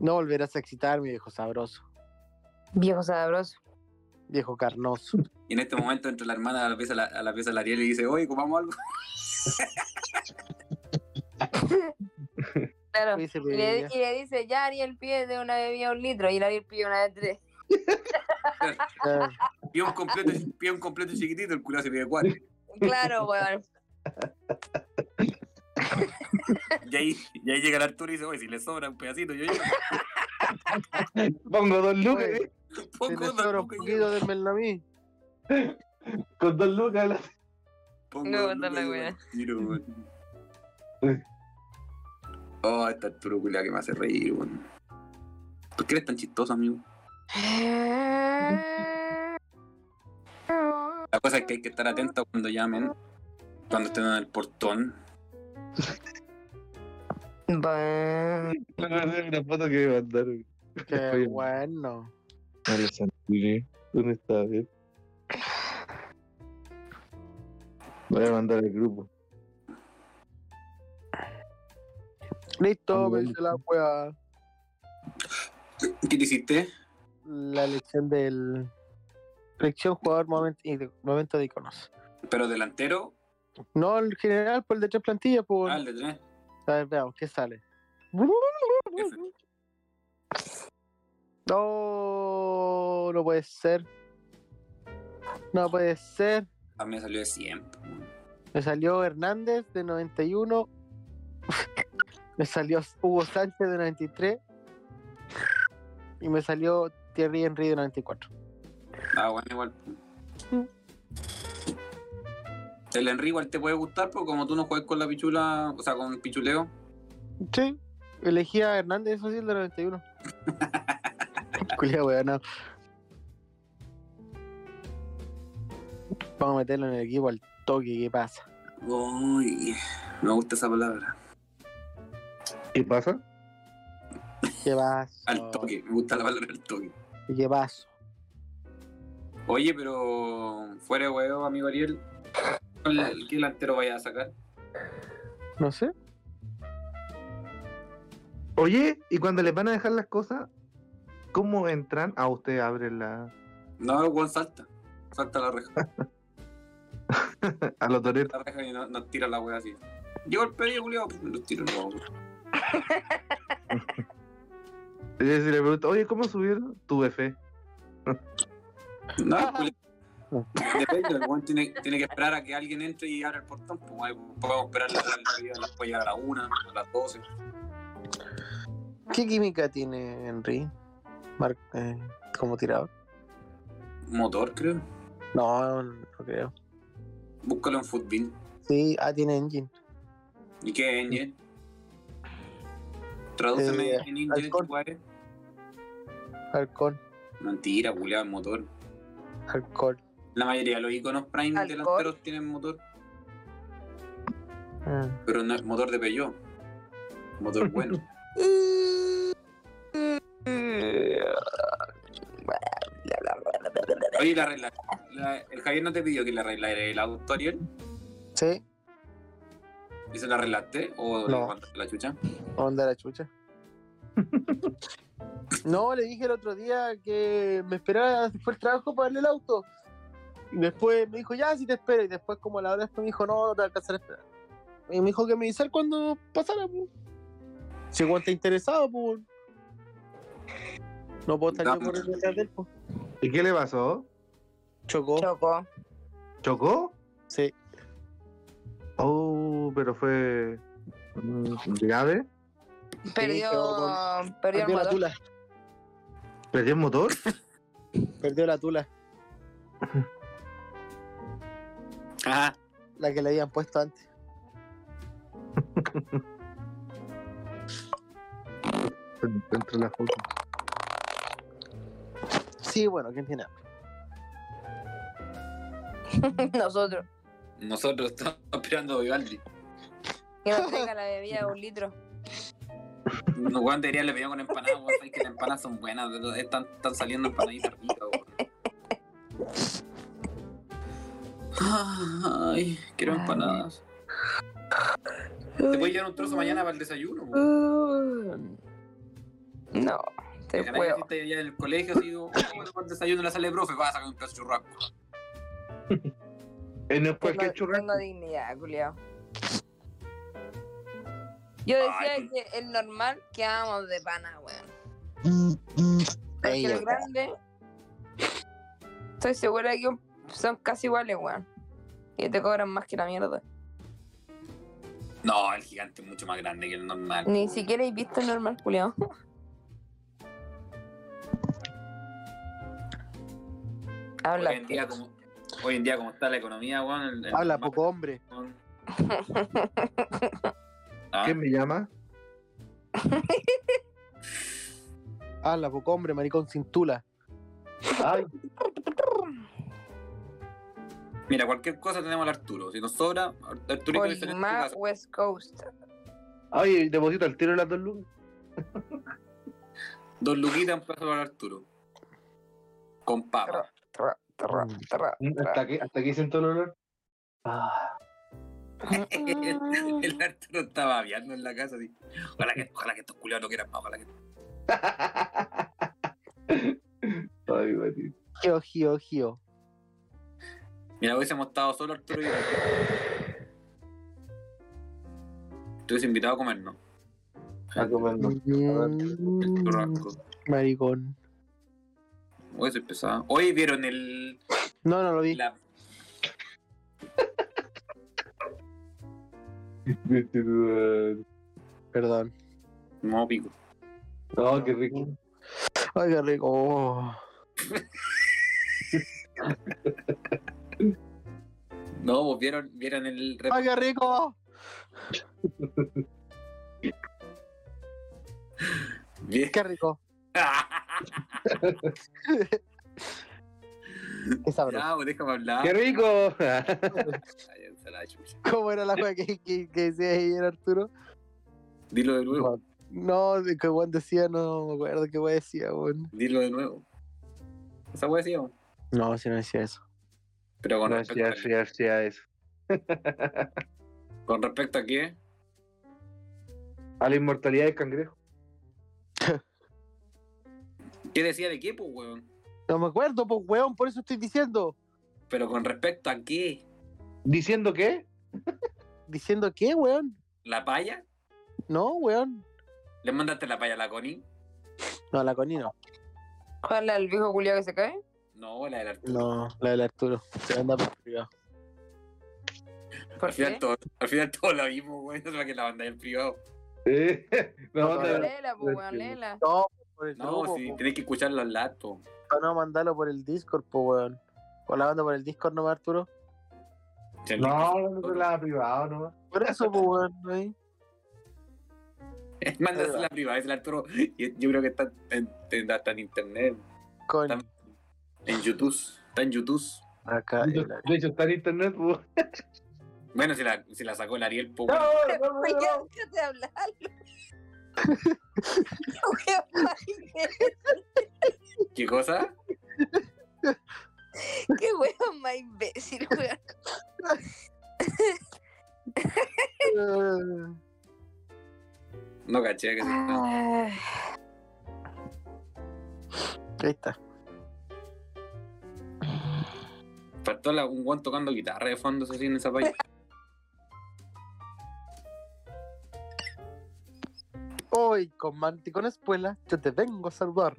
Speaker 5: No volverás a excitar, mi viejo sabroso.
Speaker 6: Viejo sabroso.
Speaker 5: Viejo carnoso.
Speaker 11: Y en este momento entra la hermana a la pieza, la, a la pieza de la Ariel y dice, oye, comamos algo. *laughs*
Speaker 6: Claro.
Speaker 5: Oye, se
Speaker 6: Y le, *laughs*
Speaker 5: veía.
Speaker 6: y le dice, ya Ariel pide de una bebida un litro. Y la Ariel pide una de tres.
Speaker 5: Ah,
Speaker 11: Pide un completo, pide un completo chiquitito, el culo se pide cuatro.
Speaker 6: Claro, weón.
Speaker 11: Y ahí, y ahí llega el Arturo y dice, oye, si le sobra un pedacito, yo llevo.
Speaker 10: Pongo dos lucas,
Speaker 5: Oye,
Speaker 10: eh.
Speaker 5: Se
Speaker 11: Pongo
Speaker 5: le
Speaker 11: dos
Speaker 5: sobra un
Speaker 11: lucas y
Speaker 5: poquito
Speaker 11: llevo.
Speaker 5: de
Speaker 11: *laughs*
Speaker 5: Melnamí.
Speaker 10: Con dos lucas. la- *laughs*
Speaker 11: Pongo
Speaker 6: No,
Speaker 11: dos
Speaker 6: no
Speaker 11: lucas
Speaker 6: la
Speaker 11: y llevo
Speaker 6: wea.
Speaker 11: al tiro, weón. Oh, esta Arturo culiao que me hace reír, weón. ¿Por qué eres tan chistoso, amigo? La cosa es que hay que estar atento cuando llamen, cuando estén en el portón.
Speaker 6: Bueno.
Speaker 10: Me acordé de una foto que me mandaron.
Speaker 5: Qué
Speaker 10: Oye,
Speaker 5: bueno.
Speaker 10: Mario Santini, ¿dónde está? A ver. Voy a mandar al grupo.
Speaker 5: Listo, me hice la wea.
Speaker 11: ¿Qué te hiciste?
Speaker 5: La elección del. Elección jugador momento, momento de iconos.
Speaker 11: ¿Pero delantero?
Speaker 5: No el general, por el de tres plantillas, por.
Speaker 11: Ah, el de tres.
Speaker 5: A ver, veamos, ¿qué sale? No, no puede ser. No puede ser.
Speaker 11: A mí me salió de 100.
Speaker 5: Me salió Hernández de 91. *laughs* me salió Hugo Sánchez de 93. Y me salió Thierry Henry de 94.
Speaker 11: Ah, bueno, igual. El Henry igual te puede gustar, porque como tú no juegas con la pichula, o sea, con pichuleo,
Speaker 5: Sí, elegí a Hernández, eso sí, el de
Speaker 11: *laughs*
Speaker 5: 91. Culia, weón, no. Vamos a meterlo en el equipo al toque, ¿qué pasa?
Speaker 11: Uy, me gusta esa palabra.
Speaker 10: ¿Qué pasa?
Speaker 5: ¿Qué pasa?
Speaker 11: Al toque, me gusta la palabra al toque.
Speaker 5: ¿Qué pasa?
Speaker 11: Oye, pero fuera de huevo, amigo Ariel, ¿cuál- el- ¿qué delantero vaya a sacar?
Speaker 5: No sé.
Speaker 10: Oye, y cuando les van a dejar las cosas, ¿cómo entran? Ah, usted abre la.
Speaker 11: No, Juan salta. Salta la reja.
Speaker 10: a los toreros.
Speaker 11: La reja y no- nos tira la hueá así. Yo el pedido, Julio, los tiro no.
Speaker 10: Y si le pregunto, oye, ¿cómo subir? Tuve fe.
Speaker 11: No, Julio. Depende, el weón tiene, tiene que esperar a que alguien entre y abra el portón. Pues, weón, podemos esperar la salida, la puede llegar a la 1, a las 12.
Speaker 5: ¿Qué química tiene Henry? Mar- eh, como tirador.
Speaker 11: Motor, creo.
Speaker 5: No, no creo.
Speaker 11: Búscalo en Footbin.
Speaker 5: Sí, ah, tiene engine.
Speaker 11: ¿Y qué es Ñe? Tradúceme
Speaker 5: Eh,
Speaker 11: en inglés,
Speaker 5: halcón.
Speaker 11: weón.
Speaker 5: Alcohol,
Speaker 11: Mentira, culiado, motor.
Speaker 5: alcohol.
Speaker 11: La mayoría de los iconos Prime
Speaker 6: Alcohol.
Speaker 11: delanteros tienen motor,
Speaker 5: Ah.
Speaker 11: pero no es motor de Peugeot. Motor bueno. Oye, la regla. la- el Javier no te pidió que le arreglara el auto, Ariel.
Speaker 5: Sí,
Speaker 11: ¿Y se la arreglaste? ¿O
Speaker 5: No.
Speaker 11: le mandaste la chucha?
Speaker 5: onda la chucha. no, le dije el otro día que me esperaba después del trabajo para darle el auto. Y después me dijo, ya, si te espero. Y después, como a la hora después, me dijo, no, no te va a alcanzar a esperar. Y me dijo que me avisar cuando pasara, pues. Si igual te interesado, pues. No puedo estar yo
Speaker 11: Dame.
Speaker 5: corriendo detrás de él, pues.
Speaker 10: ¿Y qué le pasó?
Speaker 5: Chocó.
Speaker 6: Chocó.
Speaker 10: ¿Chocó?
Speaker 5: Sí.
Speaker 10: Oh, pero fue. mm, grave.
Speaker 6: Perdió,
Speaker 5: quedó
Speaker 6: perdió el
Speaker 5: Perdió la
Speaker 6: motor.
Speaker 5: tula.
Speaker 10: ¿Perdió el motor? *laughs*
Speaker 5: Perdió la tula.
Speaker 11: Ajá.
Speaker 5: La que le habían puesto antes.
Speaker 10: Encuentro la foto.
Speaker 5: Sí, bueno, ¿quién tiene? hambre?
Speaker 6: *laughs* Nosotros.
Speaker 11: Nosotros *laughs* estamos esperando a Vivaldi.
Speaker 6: Que nos traiga la bebida de un litro.
Speaker 11: No, weón, debería le pedimos con empanadas, weón. sabes que las empanadas son buenas, weón, están, están saliendo empanaditas ricas, weón. Ay, quiero empanadas. ¿Te puedes llevar un trozo mañana para el desayuno? weón?
Speaker 6: No, te
Speaker 11: Garay,
Speaker 6: juego.
Speaker 11: si estás allá en el colegio, así, digo, "Oh,
Speaker 6: *laughs*
Speaker 11: bueno, para el desayuno en la sala de profe, vas a sacar un pedazo de churrasco.
Speaker 10: En el
Speaker 6: Tengo,
Speaker 10: cualquier churrasco.
Speaker 6: tengo dignidad, culiao. Yo decía
Speaker 11: Ay. pues.
Speaker 6: que el normal quedábamos de pana, weón. Porque
Speaker 5: Ahí ya
Speaker 6: el
Speaker 5: está.
Speaker 6: grande. Estoy segura que son casi iguales, weón. Y te cobran más que la mierda.
Speaker 11: No, el gigante es mucho más grande que el normal.
Speaker 6: Ni siquiera he visto el normal,
Speaker 11: *laughs*
Speaker 6: culiao. Habla. pues.
Speaker 11: Hoy en día, como, hoy en día, como está la economía, weón. el- el
Speaker 5: Habla
Speaker 11: normal,
Speaker 5: poco hombre.
Speaker 6: *laughs*
Speaker 11: weón. Ah,
Speaker 10: ¿Quién me llama?
Speaker 5: Habla poco hombre, maricón sin tula.
Speaker 10: Ay,
Speaker 11: Mira, cualquier cosa tenemos al Arturo. Si nos sobra, Ar- Arturito dice en este
Speaker 6: Colima
Speaker 11: caso.
Speaker 6: West Coast.
Speaker 10: Oye, deposita el tiro las dos lucas.
Speaker 11: Dos luquitas un peso para Arturo. Con papa.
Speaker 10: Mm, Hasta aquí, hasta aquí siento el olor.
Speaker 11: *laughs*
Speaker 10: Ah,
Speaker 11: el Arturo estaba aviando en la casa. Así. Ojalá, que, ojalá que estos culiados no quieran más. Ojalá que...
Speaker 10: Ay, Mati.
Speaker 5: Gio, Gio, Gio.
Speaker 11: Mira, hubiésemos estado solo Arturo y yo. Te hubiese invitado a comer, ¿no?
Speaker 10: A *laughs* comernos.
Speaker 5: Mm,
Speaker 11: Churrasco.
Speaker 5: maricón.
Speaker 11: Uy, soy pesado. Hoy vieron el.
Speaker 5: No, no lo vi.
Speaker 11: La...
Speaker 5: Perdón.
Speaker 11: No, pico.
Speaker 10: No, qué rico.
Speaker 5: Ay, qué rico. Oh.
Speaker 11: No, vos vieron, vieron el. rep- *laughs*
Speaker 5: Ay, qué rico.
Speaker 11: Vi-
Speaker 5: Qué rico. Qué sabroso.
Speaker 11: Ya, pues, déjame hablar.
Speaker 10: ¡Qué rico!
Speaker 11: Ay, ya, se la chucha.
Speaker 5: ¿Cómo era la juega que, que, que decía ayer, Arturo?
Speaker 11: Dilo de nuevo.
Speaker 5: No, de que Juan decía, no me acuerdo qué weón decía, weón.
Speaker 11: Dilo de nuevo. Esa wea decía, weón.
Speaker 5: No, si no decía eso.
Speaker 11: Pero
Speaker 10: *laughs*
Speaker 11: con
Speaker 10: No, sí, ya,
Speaker 11: respecto,
Speaker 10: sí, ya, sí, ya, eso.
Speaker 11: a, con respecto a qué?
Speaker 10: A la inmortalidad del cangrejo.
Speaker 11: ¿Qué decía de qué, pues, weón?
Speaker 5: No me acuerdo, pues weón, por eso estoy diciendo.
Speaker 11: Pero con respecto a qué?
Speaker 10: ¿Diciendo qué?
Speaker 5: ¿Diciendo qué, weón?
Speaker 11: ¿La paya?
Speaker 5: No, weón.
Speaker 11: ¿Le mandaste la paya a la Connie?
Speaker 5: No, la Connie no.
Speaker 6: ¿Cuál es el viejo culiado que se cae?
Speaker 11: No, la del Arturo.
Speaker 5: No, la del Arturo. Se anda por privado.
Speaker 11: Al
Speaker 6: ¿Por
Speaker 11: final,
Speaker 6: qué?
Speaker 11: todo, al final *laughs* todo lo mismo, weón. No es que la mandáis en privado.
Speaker 10: Eh, no,
Speaker 5: No,
Speaker 10: no, no.
Speaker 6: Léela, pues, weón, léela.
Speaker 5: No, por el
Speaker 11: No,
Speaker 5: grupo,
Speaker 11: si
Speaker 5: po.
Speaker 11: tenés que escuchar los latos.
Speaker 5: Para no mandarlo por el Discord, pues weón. O la mando por el Discord nomás, Arturo.
Speaker 10: No, no, no, la privado nomás.
Speaker 5: Por eso, pues weón, ¿no? hay?
Speaker 11: Mándasela la privada, *laughs* es el Arturo. Y Yo creo que está en, en- hasta en internet,
Speaker 5: Connie.
Speaker 11: en YouTube. Está en YouTube.
Speaker 5: Acá. el-
Speaker 10: De hecho, está en internet. pues.
Speaker 11: Bueno, si la, si la sacó el Ariel, po,
Speaker 10: No,
Speaker 11: weón.
Speaker 10: no, no,
Speaker 6: *laughs* Ay, ya,
Speaker 10: no.
Speaker 6: déjate hablar. *laughs* Weón, Mike,
Speaker 11: ¿Qué cosa?
Speaker 6: Qué weón más imbécil,
Speaker 11: *laughs*
Speaker 6: weón.
Speaker 5: Eh,
Speaker 11: No caché que se-
Speaker 10: Ah.
Speaker 11: no.
Speaker 6: Ay,
Speaker 5: Ahí está.
Speaker 11: Faltó la- un guan tocando guitarra de fondo así en esa
Speaker 10: *laughs*
Speaker 11: paya.
Speaker 5: Hoy con Manti con Espuela, yo te vengo a saludar.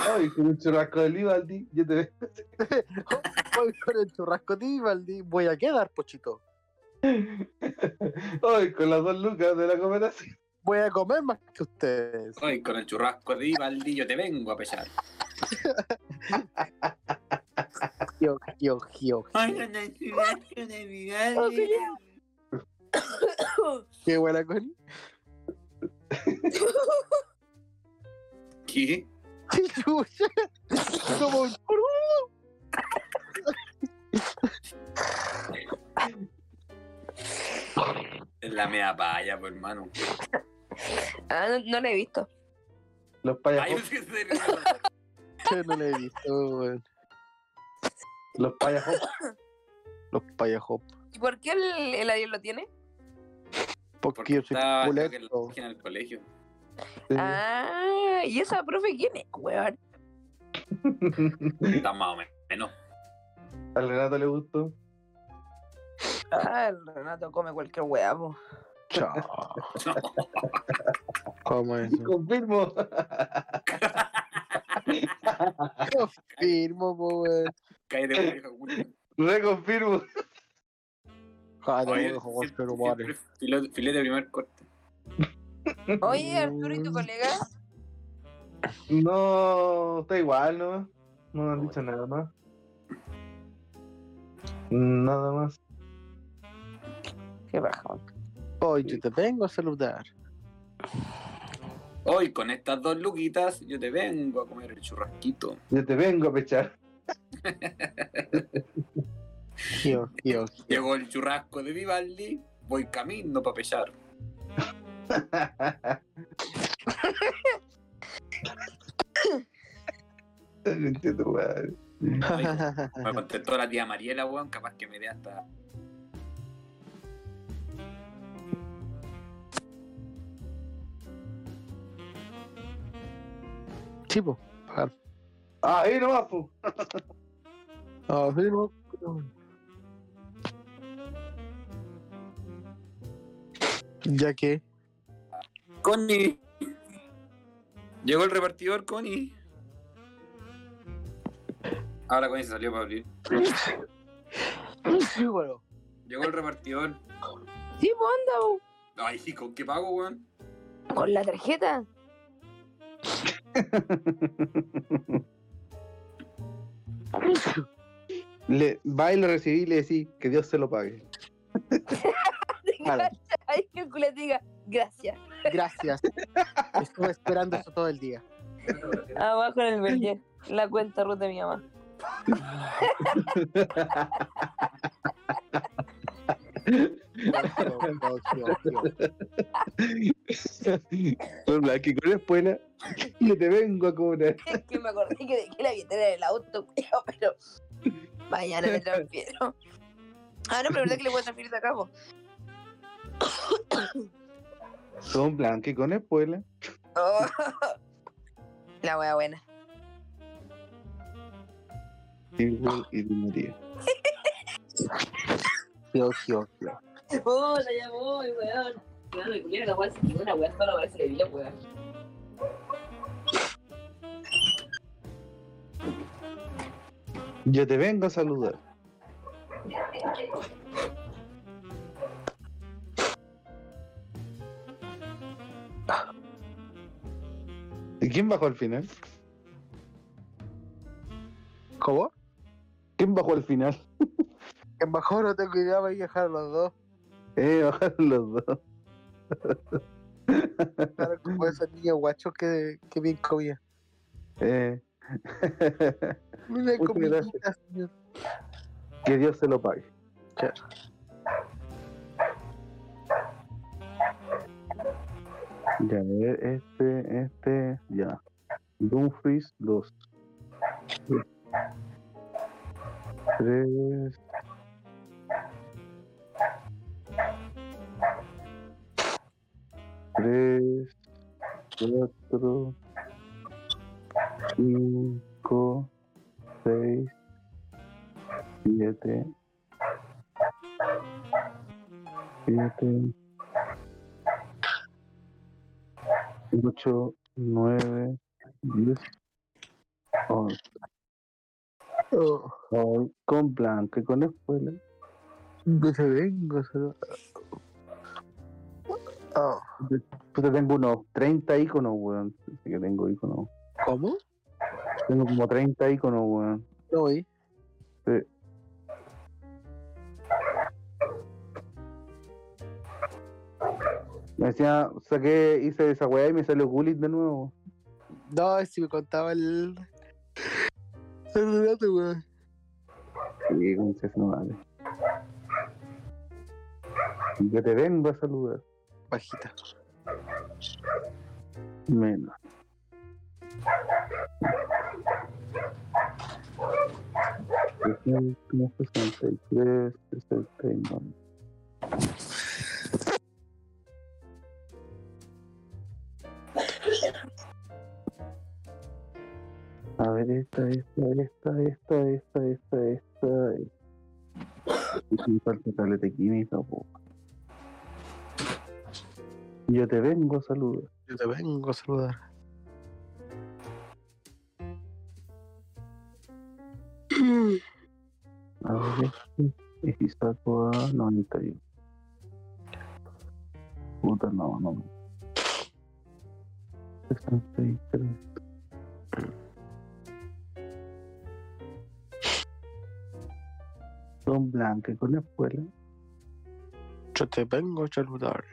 Speaker 10: Ay, con un churrasco de Libaldi, yo te veo.
Speaker 5: Hoy con el churrasco de Ibaldi voy a quedar, pochito.
Speaker 10: Ay, con las dos lucas de la cooperación.
Speaker 5: Voy a comer más que ustedes.
Speaker 11: Ay, con el churrasco de Ibaldi, yo te vengo a pechar.
Speaker 5: Gio, Gio, Gio. Qué buena con.
Speaker 11: ¿Qué?
Speaker 5: Chucha. *laughs* Como un puro.
Speaker 11: Es la mea paya, pues, hermano.
Speaker 6: Ah, no, no la he visto.
Speaker 10: Los
Speaker 11: Ay, *laughs*
Speaker 10: payajos, *laughs*
Speaker 11: es que se-
Speaker 5: Yo no le he visto, weón.
Speaker 10: los payajos.
Speaker 5: Los payajos.
Speaker 6: ¿Y por qué el, el Ariel lo tiene?
Speaker 5: Porque
Speaker 11: Porque
Speaker 5: yo soy
Speaker 11: estaba creo que en
Speaker 5: culento.
Speaker 11: en el colegio.
Speaker 6: Ah, ¿y esa profe quién es, weón?
Speaker 11: Está más o menos.
Speaker 10: Al Renato le gustó.
Speaker 6: Ah, el Renato come cualquier weá, po.
Speaker 11: *laughs*
Speaker 5: Chao. ¿Cómo es
Speaker 11: *laughs*
Speaker 5: eso?
Speaker 10: Confirmo.
Speaker 5: Firmo, po, weón.
Speaker 11: Cállate, por viejo culo.
Speaker 10: Reconfirmo.
Speaker 5: Joder,
Speaker 11: Oye,
Speaker 5: weón, como
Speaker 11: siempre-
Speaker 5: ser humano.
Speaker 11: siempre filo- Filete de primer corte.
Speaker 6: *laughs* Oye, Arturo y tu colega,
Speaker 10: No, está igual, ¿no? No han dicho nada más. Nada más.
Speaker 6: qué bajón.
Speaker 5: Hoy yo te vengo a saludar.
Speaker 11: Hoy con estas dos luquitas yo te vengo
Speaker 10: *laughs*
Speaker 11: a comer el churrasquito.
Speaker 10: Yo te vengo a pechar.
Speaker 5: Gio, Gio, Gio.
Speaker 11: *laughs* Llegó el churrasco de Vivaldi, voy camino para pechar.
Speaker 10: Conche tu madre.
Speaker 11: Me contestó la tía Mariela, weón, capaz que me dé hasta.
Speaker 5: Sí, po, pagar.
Speaker 10: Ah, ahí nomás, po.
Speaker 5: Ah, sí, no. Ya que.
Speaker 11: Connie. Llegó el repartidor, Connie. Ahora Connie se salió para abrir.
Speaker 5: Sí, *laughs* bueno.
Speaker 11: Llegó el repartidor.
Speaker 6: Sí, po, anda, po.
Speaker 11: Ay, sí, ¿con qué pago, weón?
Speaker 6: Con la tarjeta.
Speaker 10: Le, va y lo recibí y le decís que Dios se lo pague. *laughs*
Speaker 6: *laughs*
Speaker 5: Claro.
Speaker 6: Ahí que el culete diga, gracias.
Speaker 5: Gracias. Estuve esperando eso todo el día.
Speaker 6: Abajo en el vergel. La cuenta Ruth de mi mamá.
Speaker 10: Don
Speaker 5: Gio, Gio, Gio, Gio.
Speaker 10: Blanqui, con la espuela, *laughs* y te vengo a cobrar.
Speaker 6: *laughs* Es que me acordé que dejé la billetera en el auto, *laughs* culiao, pero mañana me *laughs* transfiero. Ah, no, pero verdad que le voy a transferir de acá, po.
Speaker 10: Don Blanqui, con espuela.
Speaker 6: Oh. *laughs* La wea *laughs* buena.
Speaker 10: Silvio y Di María.
Speaker 5: Gio, Gio, Gio.
Speaker 6: Puta, ya voy, weón. Ya me culié la wea, sin una wea solo parece que vi weón.
Speaker 10: Yo te vengo a saludar. ¿Y quién bajó al final?
Speaker 5: ¿Cómo?
Speaker 10: ¿Quién bajó al final?
Speaker 5: Que mejor no tengo idea, voy a dejar los dos.
Speaker 10: Eh, bajaron los dos.
Speaker 5: Claro, como esos niños guachos que, que bien comía.
Speaker 10: Eh. *laughs*
Speaker 5: Mira,
Speaker 10: Muchas
Speaker 5: comidita,
Speaker 10: gracias.
Speaker 5: señor.
Speaker 10: que Dios se lo pague. Ya, a ver, este, este, ya. Dumfries 2. 3. Tres, cuatro, cinco, seis, siete, siete, ocho, nueve, diez, once.
Speaker 5: Oh,
Speaker 10: Hoy con blanco y con espuela.
Speaker 5: no se vengo, solo. Oh,
Speaker 10: Puta, Pues tengo unos 30 iconos, weón. Así que tengo iconos.
Speaker 5: ¿Cómo?
Speaker 10: Tengo como 30 iconos, weón.
Speaker 5: No voy.
Speaker 10: Me decía, saqué, hice esa weá y me salió Gulit de nuevo.
Speaker 5: No, si me contaba el. El relato, weón.
Speaker 10: Sí, con ese no vale. Yo te vengo a saludar.
Speaker 5: Bajita.
Speaker 10: Menos. Como 63, 69. A ver, esta, esta, esta, esta, esta, esta, esta. esta. Y Me falta tableta química, po. Yo te vengo a saludar.
Speaker 5: Yo te vengo a saludar.
Speaker 10: A ver, este, y si saco a 91. Puta, no, no. 63. Son blancos con la escuela.
Speaker 5: Yo te vengo a saludar.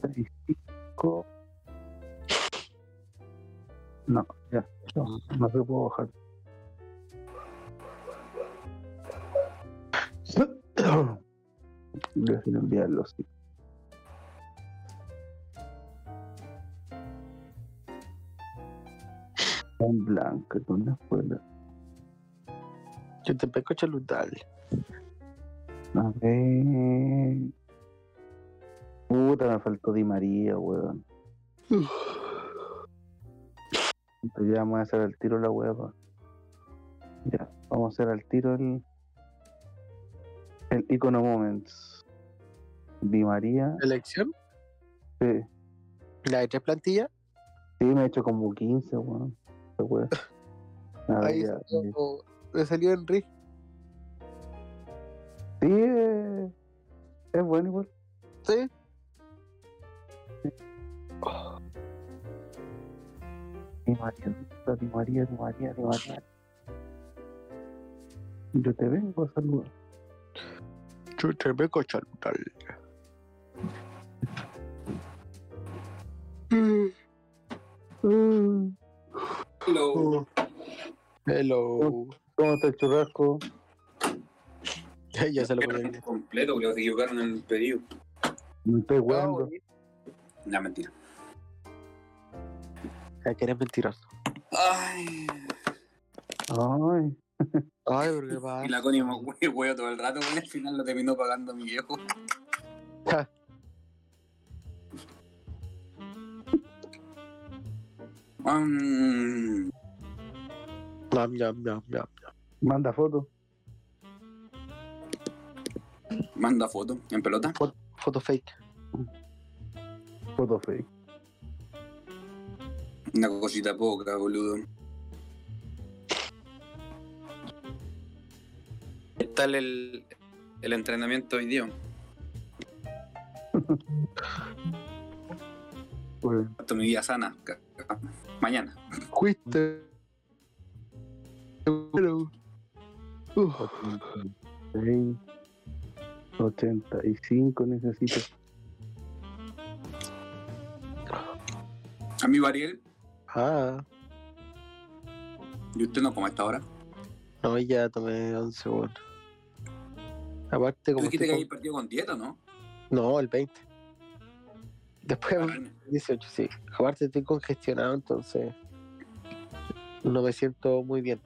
Speaker 10: 35 No se puedo bajar. Yo sin enviarlo, sí. Tan blanca, ¿dónde escuela?
Speaker 5: Yo te pesco chalutal.
Speaker 10: A ver. Puta, me faltó Di María, weón. Entonces ya vamos a hacer al tiro la hueva. Ya, vamos a hacer al tiro el. El icono moments. Di María.
Speaker 5: ¿Elección?
Speaker 10: Sí,
Speaker 5: ¿La de tres plantillas?
Speaker 10: sí, me he hecho como 15, weón. Esta *laughs* wea. A ver,
Speaker 5: Ahí
Speaker 10: ya.
Speaker 5: salió, le salió Henry.
Speaker 10: Sí, eh, es bueno igual.
Speaker 5: Sí.
Speaker 10: Di María, Di María, Di María, Di María. Yo te vengo a saludar.
Speaker 5: Yo te pesco chalutal.
Speaker 11: Hello.
Speaker 5: Hello.
Speaker 10: ¿Cómo está el churrasco?
Speaker 5: *laughs* ya se lo ponía.
Speaker 11: Completo, completo, porque se equivocaron en el pedido.
Speaker 10: Me estoy hueando.
Speaker 11: La mentira.
Speaker 5: Ya que eres mentiroso.
Speaker 11: Ay,
Speaker 10: Ay,
Speaker 5: Ay, pero qué
Speaker 11: *laughs* y
Speaker 5: pasa.
Speaker 11: la Connie me hue- hueó todo el rato, y al final lo terminó pagando mi viejo. Mm,
Speaker 5: Yam, yam, yam, yam.
Speaker 10: manda foto.
Speaker 11: manda foto en pelota.
Speaker 5: Foto fake.
Speaker 10: Foto fake.
Speaker 11: Una cosita poca, boludo. ¿Qué tal el, el entrenamiento hoy día?
Speaker 10: Bueno,
Speaker 11: Hasta mi vida sana. ca- ca- Mañana.
Speaker 5: Fuiste. Hello. Uf.
Speaker 10: 86, 85 necesito.
Speaker 11: Amigo Ariel,
Speaker 5: Ah,
Speaker 11: ¿y usted no come hasta ahora?
Speaker 5: no, ya tomé 11, weón. Aparte,
Speaker 11: Tú
Speaker 5: como.
Speaker 11: dijiste
Speaker 5: estoy
Speaker 11: que habías partido con dieta, ¿no?
Speaker 5: con- No, el 20. Después el
Speaker 11: Carne.
Speaker 5: 18, sí. Aparte, estoy congestionado, entonces. No me siento muy bien.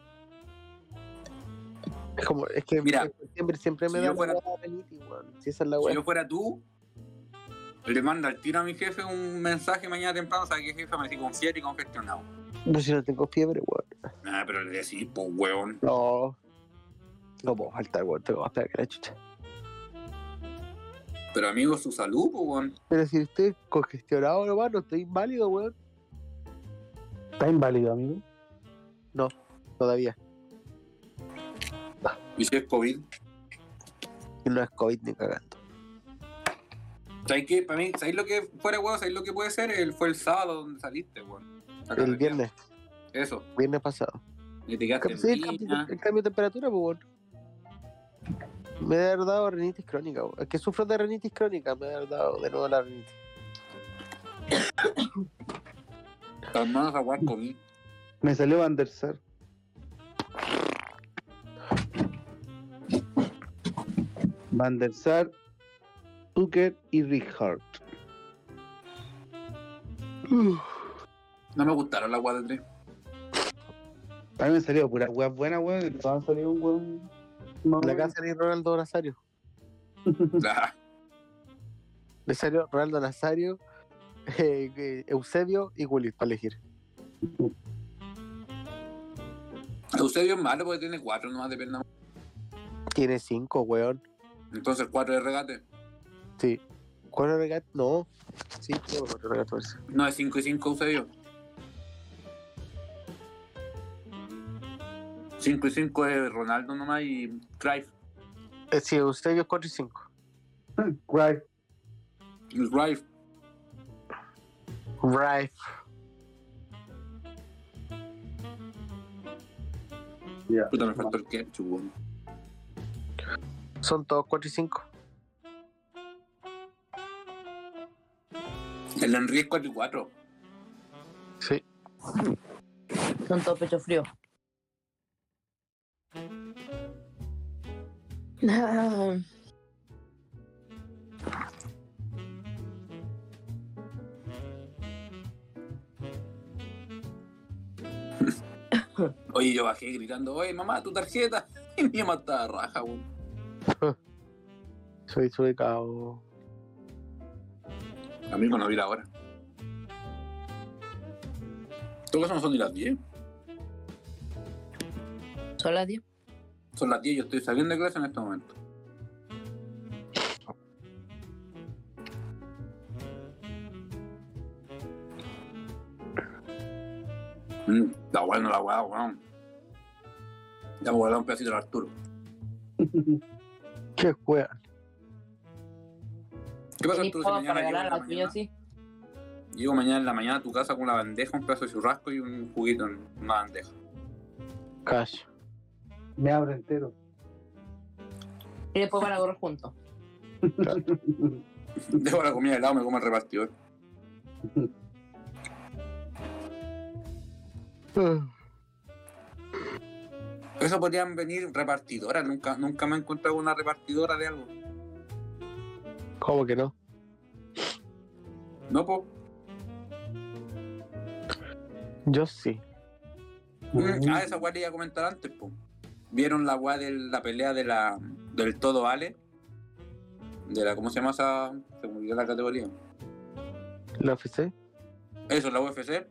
Speaker 5: Es como, es que
Speaker 11: Mira,
Speaker 5: en septiembre siempre me
Speaker 11: si
Speaker 5: da
Speaker 11: yo fuera-
Speaker 5: la rinitis, weón. Si esa es la
Speaker 11: Si
Speaker 5: weá.
Speaker 11: yo fuera tú, le mando al tiro a mi jefe un mensaje mañana temprano, ¿sabes que jefe? Me decís con fiebre y congestionado.
Speaker 5: No, si no tengo fiebre, weón.
Speaker 11: Ah, pero le decís, pues huevón.
Speaker 5: No. No puedo faltar, weón. Tengo que esperar que la chucha.
Speaker 11: Pero amigo, su salud, pues huevón.
Speaker 5: Pero si estoy congestionado nomás, no estoy inválido, weón.
Speaker 10: Está inválido, amigo.
Speaker 5: Todavía.
Speaker 11: Y si es COVID.
Speaker 5: Y no es COVID ni cagando.
Speaker 11: ¿Sabes qué? Para mí, ¿sabéis lo que fuera huevón? ¿Sabéis lo que puede ser? El, fue el sábado donde saliste, huevón. Acá,
Speaker 5: El viernes,
Speaker 11: Eso.
Speaker 5: viernes pasado.
Speaker 11: Le te quedaste
Speaker 5: Sí,
Speaker 11: en
Speaker 5: el, cambio,
Speaker 11: mina.
Speaker 5: el cambio de temperatura, pues, weón. Me ha dado rinitis crónica, weón. Es que sufro de rinitis crónica, me ha dado de nuevo la rinitis.
Speaker 11: Las manos a hueón comí.
Speaker 10: Me salió Van der Sar. Van der Sar, Tucker y Richard.
Speaker 11: No me gustaron las huevas de tres. *laughs*
Speaker 10: A mí me salió pura wea buena, weón. Todos han salido un weón. más
Speaker 5: La
Speaker 10: o
Speaker 5: casa de Ronaldo Nazario.
Speaker 11: La-
Speaker 5: Le salió Ronaldo Nazario, *laughs* eh, eh, Eusebio y Willis para elegir.
Speaker 11: Eusebio es malo porque tiene cuatro nomás de pierna.
Speaker 5: Tiene cinco, weón.
Speaker 11: Entonces cuatro de regate.
Speaker 5: Sí. ¿Cuatro regatos? No. Sí, tengo cuatro regatos. parece.
Speaker 11: No es cinco y cinco, Eusebio. Cinco y cinco es Ronaldo nomás y Cruyff.
Speaker 5: Eh, sí, usted vio cuatro y cinco.
Speaker 10: menos. Right.
Speaker 11: Y Cruyff.
Speaker 5: Right.
Speaker 10: Ya.
Speaker 11: Puta, me faltó el ketchup, weón.
Speaker 5: Son todos cuatro y cinco.
Speaker 11: El Enrique es cuatro y cuatro.
Speaker 5: Sí.
Speaker 6: Son todos pecho frío. Ah.
Speaker 11: Oye, yo bajé gritando, oye, mamá, tu tarjeta. *laughs* Y mi mamá estaba raja, weón.
Speaker 5: Soy su cabo.
Speaker 11: Amigo, no vi la hora. ¿Tú caso no son ni las 10?
Speaker 6: Son las 10.
Speaker 11: Son las 10, yo estoy saliendo de clase en este momento. Mm, Está bueno la weá, weón. Ya me voy a dar un pedacito al Arturo.
Speaker 5: Qué juega.
Speaker 11: ¿Qué pasa
Speaker 6: ¿Tenéis
Speaker 11: Arturo si
Speaker 6: pavos para
Speaker 11: mañana llego en
Speaker 6: regalar a
Speaker 11: la
Speaker 6: los niños,
Speaker 11: mañana?
Speaker 6: sí?
Speaker 11: Llego mañana en la mañana a tu casa con una bandeja, un pedazo de churrasco y un juguito en una bandeja. *laughs*
Speaker 5: Cash.
Speaker 10: Me abro entero.
Speaker 6: Y después van a correr juntos.
Speaker 11: Dejo la comida de lado, me como el repartidor.
Speaker 5: Ah.
Speaker 11: Eso podrían venir repartidoras, nunca, nunca me he encontrado una repartidora de algo.
Speaker 5: ¿Cómo que no?
Speaker 11: No, po.
Speaker 5: Yo sí.
Speaker 11: Mm, Ah, esa weá le iba a comentar antes, po. ¿Vieron la weá de la pelea de la, del todo Ale? De la, ¿cómo se llama esa? Se me olvidó la categoría.
Speaker 5: ¿La *laughs* FC?
Speaker 11: Eso, la UFC.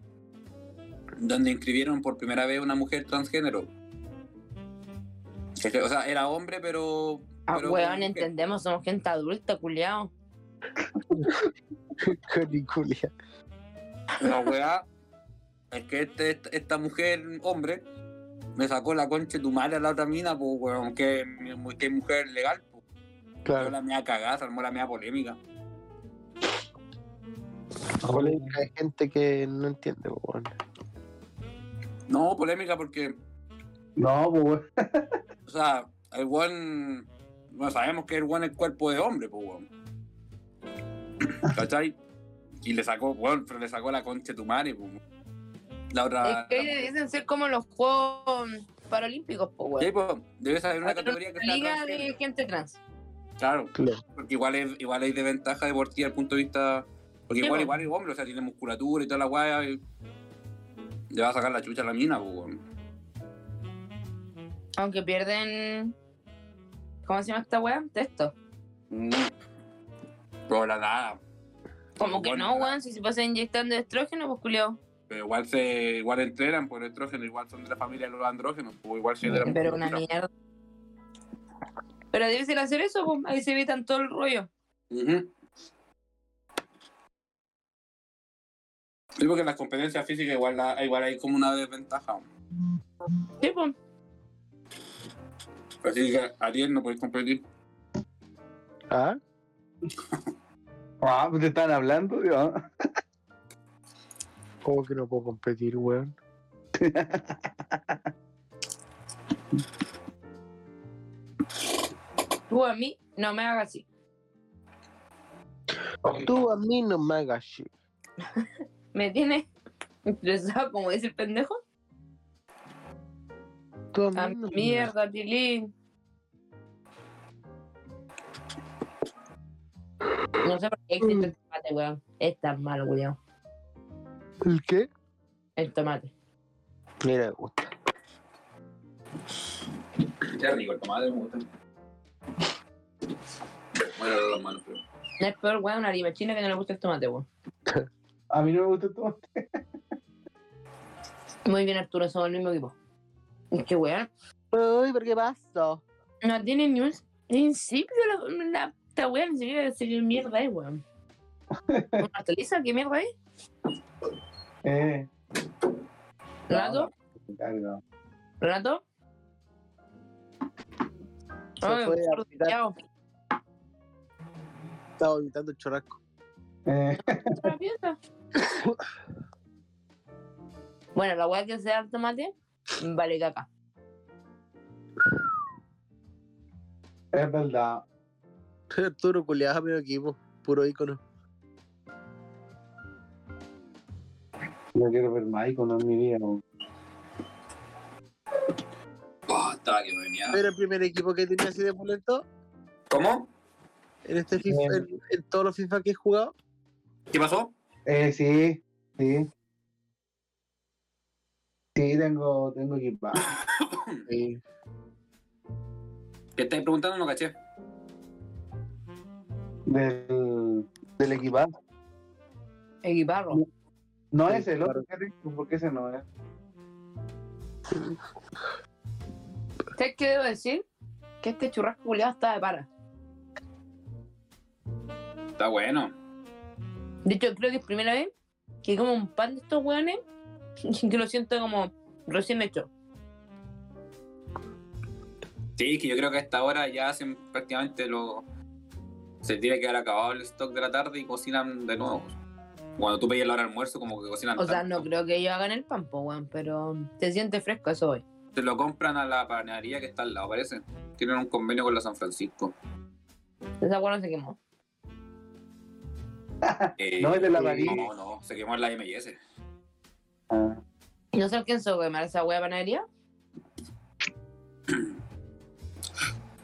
Speaker 11: Donde inscribieron por primera vez una mujer transgénero. Que- que, O sea, era hombre, pero.
Speaker 6: Ah,
Speaker 11: pero
Speaker 6: weón,
Speaker 11: mujer.
Speaker 6: entendemos, somos gente adulta, culiao.
Speaker 5: Caniculia.
Speaker 11: *laughs* La weá es que este- esta- esta mujer, hombre, me sacó la concha de tu madre a la otra mina, pues, weón, que, que mujer legal, pues.
Speaker 5: Claro.
Speaker 11: Armó la mea cagada, se armó la mea polémica.
Speaker 5: Polémica Hay gente que no entiende, po, weón.
Speaker 11: No, polémica porque,
Speaker 10: *laughs* No, pues weón.
Speaker 11: o sea, el weón, no sabemos que el weón es cuerpo de hombre, pues, weón. ¿Cachai? Y le sacó, weón, pero le sacó la concha de tu madre, pues. La
Speaker 6: Es
Speaker 11: otra.
Speaker 6: que dicen ser como los Juegos Paralímpicos, po, weón.
Speaker 11: pues. Sí, pues, debe saber una categoría que sea
Speaker 6: Liga
Speaker 11: transgénero.
Speaker 6: de gente trans.
Speaker 11: Claro, porque igual, es, igual hay desventaja deportiva desde el punto de vista. Porque
Speaker 6: Sí, pues.
Speaker 11: igual,
Speaker 6: po.
Speaker 11: igual es hombre, o sea, tiene musculatura y toda la guaya. y le va a sacar la chucha a la mina, pues, weón.
Speaker 6: Aunque pierden. ¿Cómo se llama esta weá? Texto.
Speaker 11: Mm. Pero la nada.
Speaker 6: Como que no,
Speaker 11: Bueno,
Speaker 6: weón, si se pasan inyectando estrógeno, pues culiao.
Speaker 11: Pero igual se igual entrenan por estrógeno, igual son de la familia de los andrógenos, o igual se de la
Speaker 6: Pero una
Speaker 11: musculatura.
Speaker 6: mierda. Pero debe ser hacer eso, pues. Ahí se evitan todo el rollo.
Speaker 11: Ujú. Sí, porque en las competencias físicas igual, la- igual hay como una desventaja.
Speaker 6: Sí, pues.
Speaker 11: Así que Ariel no podéis competir.
Speaker 5: ¿Ah?
Speaker 10: ah, pues te están hablando, ¿ah? tío.
Speaker 5: ¿Cómo que no puedo competir, weón?
Speaker 6: Tú a mí no me hagas así.
Speaker 5: Tú a mí no me hagas shit.
Speaker 6: Me tienes *laughs* estresado, como dice el pendejo.
Speaker 5: Tú
Speaker 6: A
Speaker 5: no me-
Speaker 6: Ah, mierda, Tilín. No sé por qué
Speaker 5: Mm.
Speaker 6: existe el tomate, weón. Es tan malo, weón.
Speaker 5: ¿El qué?
Speaker 6: El tomate.
Speaker 5: Mira, weón.
Speaker 11: Ya rico, el tomate me gusta. Bueno, las manos, pero.
Speaker 6: No es peor, weón, una harina china que no le gusta el tomate, weón.
Speaker 10: A mí no me gusta el tomate.
Speaker 6: Muy bien, Arturo, somos el mismo equipo. Es que, weón,
Speaker 12: Uy, ¿por qué pasó?
Speaker 6: no tiene ni un principio la, la, esta weón, ni siquiera de ser mierda es, weón. ¿Una toliza? ¿Qué mierda es?
Speaker 10: Eh.
Speaker 6: ¿Renato?
Speaker 10: Carga.
Speaker 6: ¿Renato?
Speaker 5: Se
Speaker 6: Ay,
Speaker 5: fue a
Speaker 6: Arturo, chao.
Speaker 5: Estaba evitando el *laughs* chorrasco.
Speaker 10: Eh.
Speaker 6: otra pieza. *coughs* bueno, la weá que sea el tomate, vale caca.
Speaker 10: Es verdad.
Speaker 5: Arturo culiaba medio equipo. Puro ícono.
Speaker 10: No quiero ver más iconos en mi vida. weón.
Speaker 11: Oh, estaba que me venía.
Speaker 5: ¿Era el primer equipo que tenía así de pulento?
Speaker 11: ¿Cómo?
Speaker 5: ¿En, este FIFA, en, en todos los FIFA que he jugado?
Speaker 11: ¿Qué pasó? *coughs*
Speaker 10: Eh, sí, sí. Sí, tengo, tengo equipado. Sí.
Speaker 11: ¿Qué estáis preguntando? No caché.
Speaker 10: Del, del equipado.
Speaker 13: Equiparro.
Speaker 10: No es el otro, qué rico, porque ese no es.
Speaker 6: ¿Sabes qué debo decir? Que este churrasco culiado está de para.
Speaker 11: Está bueno.
Speaker 6: De hecho, creo que es primera vez que como un pan de estos hueones y *laughs* que lo siento como recién hecho.
Speaker 11: Sí, que yo creo que a esta hora ya hacen prácticamente lo. Se tiene que haber acabado el stock de la tarde y cocinan de nuevo. Cuando tú pedías la hora de almuerzo, como que cocinan.
Speaker 6: O sea,
Speaker 11: tarde.
Speaker 6: no creo que ellos hagan el pan, po, weón, pero se siente fresco eso hoy.
Speaker 11: Se lo compran a la panadería que está al lado, parece. Tienen un convenio con la
Speaker 6: *laughs*
Speaker 11: San Francisco.
Speaker 6: Esa hueá no se quemó.
Speaker 11: Eh,
Speaker 10: No, es de la
Speaker 11: eh,
Speaker 10: varilla.
Speaker 11: No, no, se quemó en la MS.
Speaker 10: Ah.
Speaker 6: ¿Y ¿No se alcanzó a quemar esa hueá de panadería?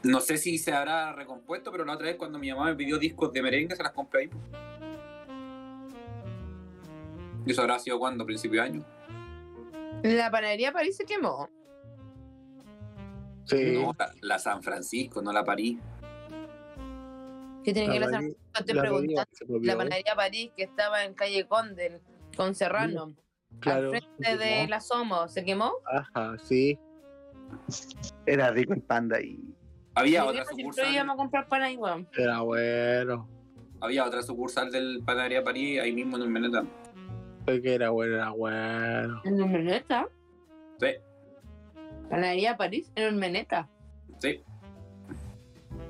Speaker 11: No sé si se habrá recompuesto, pero la otra vez cuando mi mamá me pidió discos de merengue, se las compré ahí. po. ¿Y eso habrá sido cuando? ¿Principio de año?
Speaker 6: La panadería París se quemó.
Speaker 5: Sí.
Speaker 11: No, la, la San Francisco, no la París.
Speaker 6: ¿Qué tiene
Speaker 11: La
Speaker 6: que ver la
Speaker 11: panadería-
Speaker 6: San- Estoy
Speaker 11: la
Speaker 6: preguntando.
Speaker 11: panadería se movió.
Speaker 6: La panadería París que estaba en calle Condel con
Speaker 11: Mm,
Speaker 6: Serrano,
Speaker 5: Claro.
Speaker 6: frente de la Somo, ¿se quemó?
Speaker 5: Ajá, sí.
Speaker 10: Era rico el panda ahí.
Speaker 11: Había
Speaker 6: Yo
Speaker 11: otra
Speaker 6: siempre
Speaker 11: sucursal.
Speaker 6: íbamos a comprar pan ahí, weón.
Speaker 5: Era bueno.
Speaker 11: Había otra sucursal del Panadería París ahí mismo en el Meneta.
Speaker 5: Fue que era bueno, era bueno.
Speaker 6: En Urmeneta.
Speaker 11: Sí,
Speaker 6: Panadería París, en Urmeneta.
Speaker 11: sí.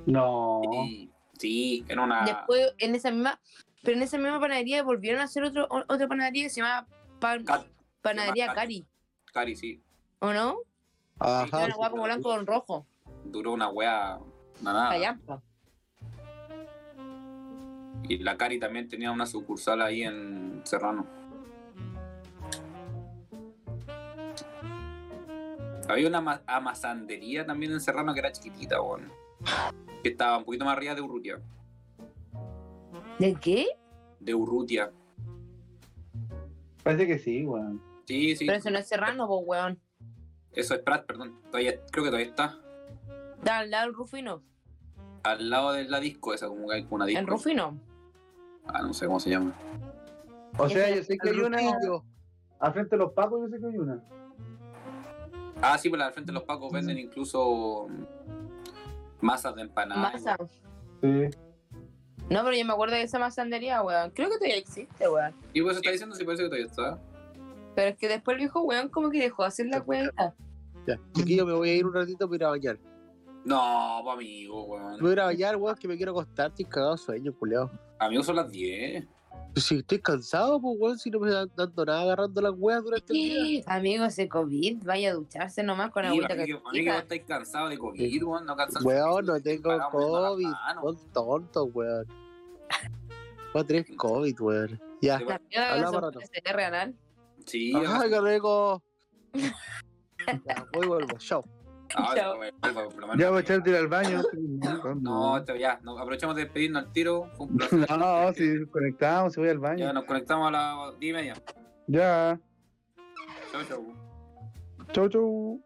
Speaker 10: No.
Speaker 11: Sí, sí, era una.
Speaker 6: Después, en esa misma, pero en esa misma panadería volvieron a hacer otro, o- otra panadería que se llamaba Pan- Panadería
Speaker 11: Cat.
Speaker 6: Cari,
Speaker 11: Cari, sí.
Speaker 6: ¿o no?
Speaker 11: Ah.
Speaker 6: Era
Speaker 5: Ajá.
Speaker 6: una hueá como blanco con rojo,
Speaker 11: Duró una wea. Nada.
Speaker 6: callampa.
Speaker 11: Y la Cari también tenía una sucursal ahí en Serrano. Había una ama- amasandería también en Serrano que era chiquitita, weón. Que estaba un poquito más arriba de Urrutia.
Speaker 6: ¿De qué?
Speaker 11: De Urrutia.
Speaker 10: Parece que sí, weón.
Speaker 11: Sí, sí.
Speaker 6: Pero eso no es serrano, pues, weón.
Speaker 11: Eso es Prat, perdón. Todavía, creo que todavía está.
Speaker 6: Da al lado del Rufino.
Speaker 11: Al lado de la disco, esa como que hay una disco.
Speaker 6: En Rufino.
Speaker 11: Ah, no sé cómo se llama.
Speaker 10: O sea, yo sé que hay una.
Speaker 5: Rutillo.
Speaker 10: Al frente de los pacos, yo sé que hay una.
Speaker 11: Ah, sí, por al frente de los pacos venden incluso mm, masas de empanada.
Speaker 6: Masa.
Speaker 10: Sí.
Speaker 6: No, pero yo me acuerdo de esa masandería, weón. Creo que todavía existe, weón.
Speaker 11: Y pues está diciendo, sí, parece que todavía está.
Speaker 6: Pero es que después el viejo weón como que dejó de hacer la cuenta.
Speaker 5: Ya, chiquillo, me voy a ir un ratito para ir a bañar.
Speaker 11: No, pues, amigo,
Speaker 5: Me
Speaker 11: weón.
Speaker 5: voy a ir a bañar, weón, que me quiero acostar. Estoy cagado de sueño, culiao.
Speaker 11: Amigos, son las 10.
Speaker 5: Pues si estoy cansado, pues, weón, si no me dan dando nada agarrando las weas durante el día.
Speaker 6: *gasps* Amigo, ese COVID, vaya a ducharse nomás con
Speaker 11: Sí,
Speaker 6: agüita
Speaker 11: amigo, amigo, vos
Speaker 6: calentita.
Speaker 11: estáis cansado de COVID, weón. No cansaste.
Speaker 5: Weón, no tengo
Speaker 11: paramos
Speaker 5: COVID. Oh,
Speaker 11: de la mano.
Speaker 5: Son tontos, weón. Va a tener COVID, weón. Ya.
Speaker 6: La mierda de
Speaker 5: Hablamos
Speaker 6: sorpresa de reanal.
Speaker 11: Sí,
Speaker 5: Ajá,
Speaker 11: weón.
Speaker 5: qué rico. Ya, voy y vuelvo. Chao.
Speaker 11: Ah, weón, weón, por lo menos.
Speaker 10: Ya
Speaker 5: pues,
Speaker 10: voy a echarte al baño.
Speaker 11: No, te- ya, no, aprovechamos de despedirnos al tiro.
Speaker 5: *laughs*
Speaker 11: Fue un placer.
Speaker 10: No, si conectamos, si voy al baño.
Speaker 11: Ya nos conectamos a las 10 y media.
Speaker 10: Ya.
Speaker 11: Chau, chau.
Speaker 10: Chau, chau.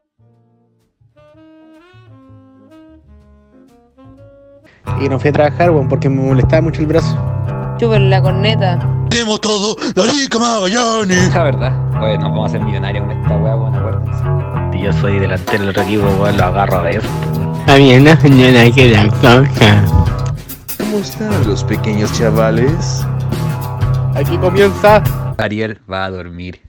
Speaker 5: Y no fui a trabajar, weón, porque me molestaba mucho el brazo.
Speaker 13: Chúpenle la corneta.
Speaker 2: Tenemos todo, la rica Magallanes.
Speaker 8: La verdad, pues nos vamos a hacer millonarios con esta weá, bueno, acuérdense.
Speaker 14: Si yo soy delantero del otro equipo, weón, lo agarro a ver.
Speaker 15: Está bien, la señora que la toca.
Speaker 2: ¿Cómo están los pequeños chavales?
Speaker 5: Aquí comienza
Speaker 8: Ariel va a dormir.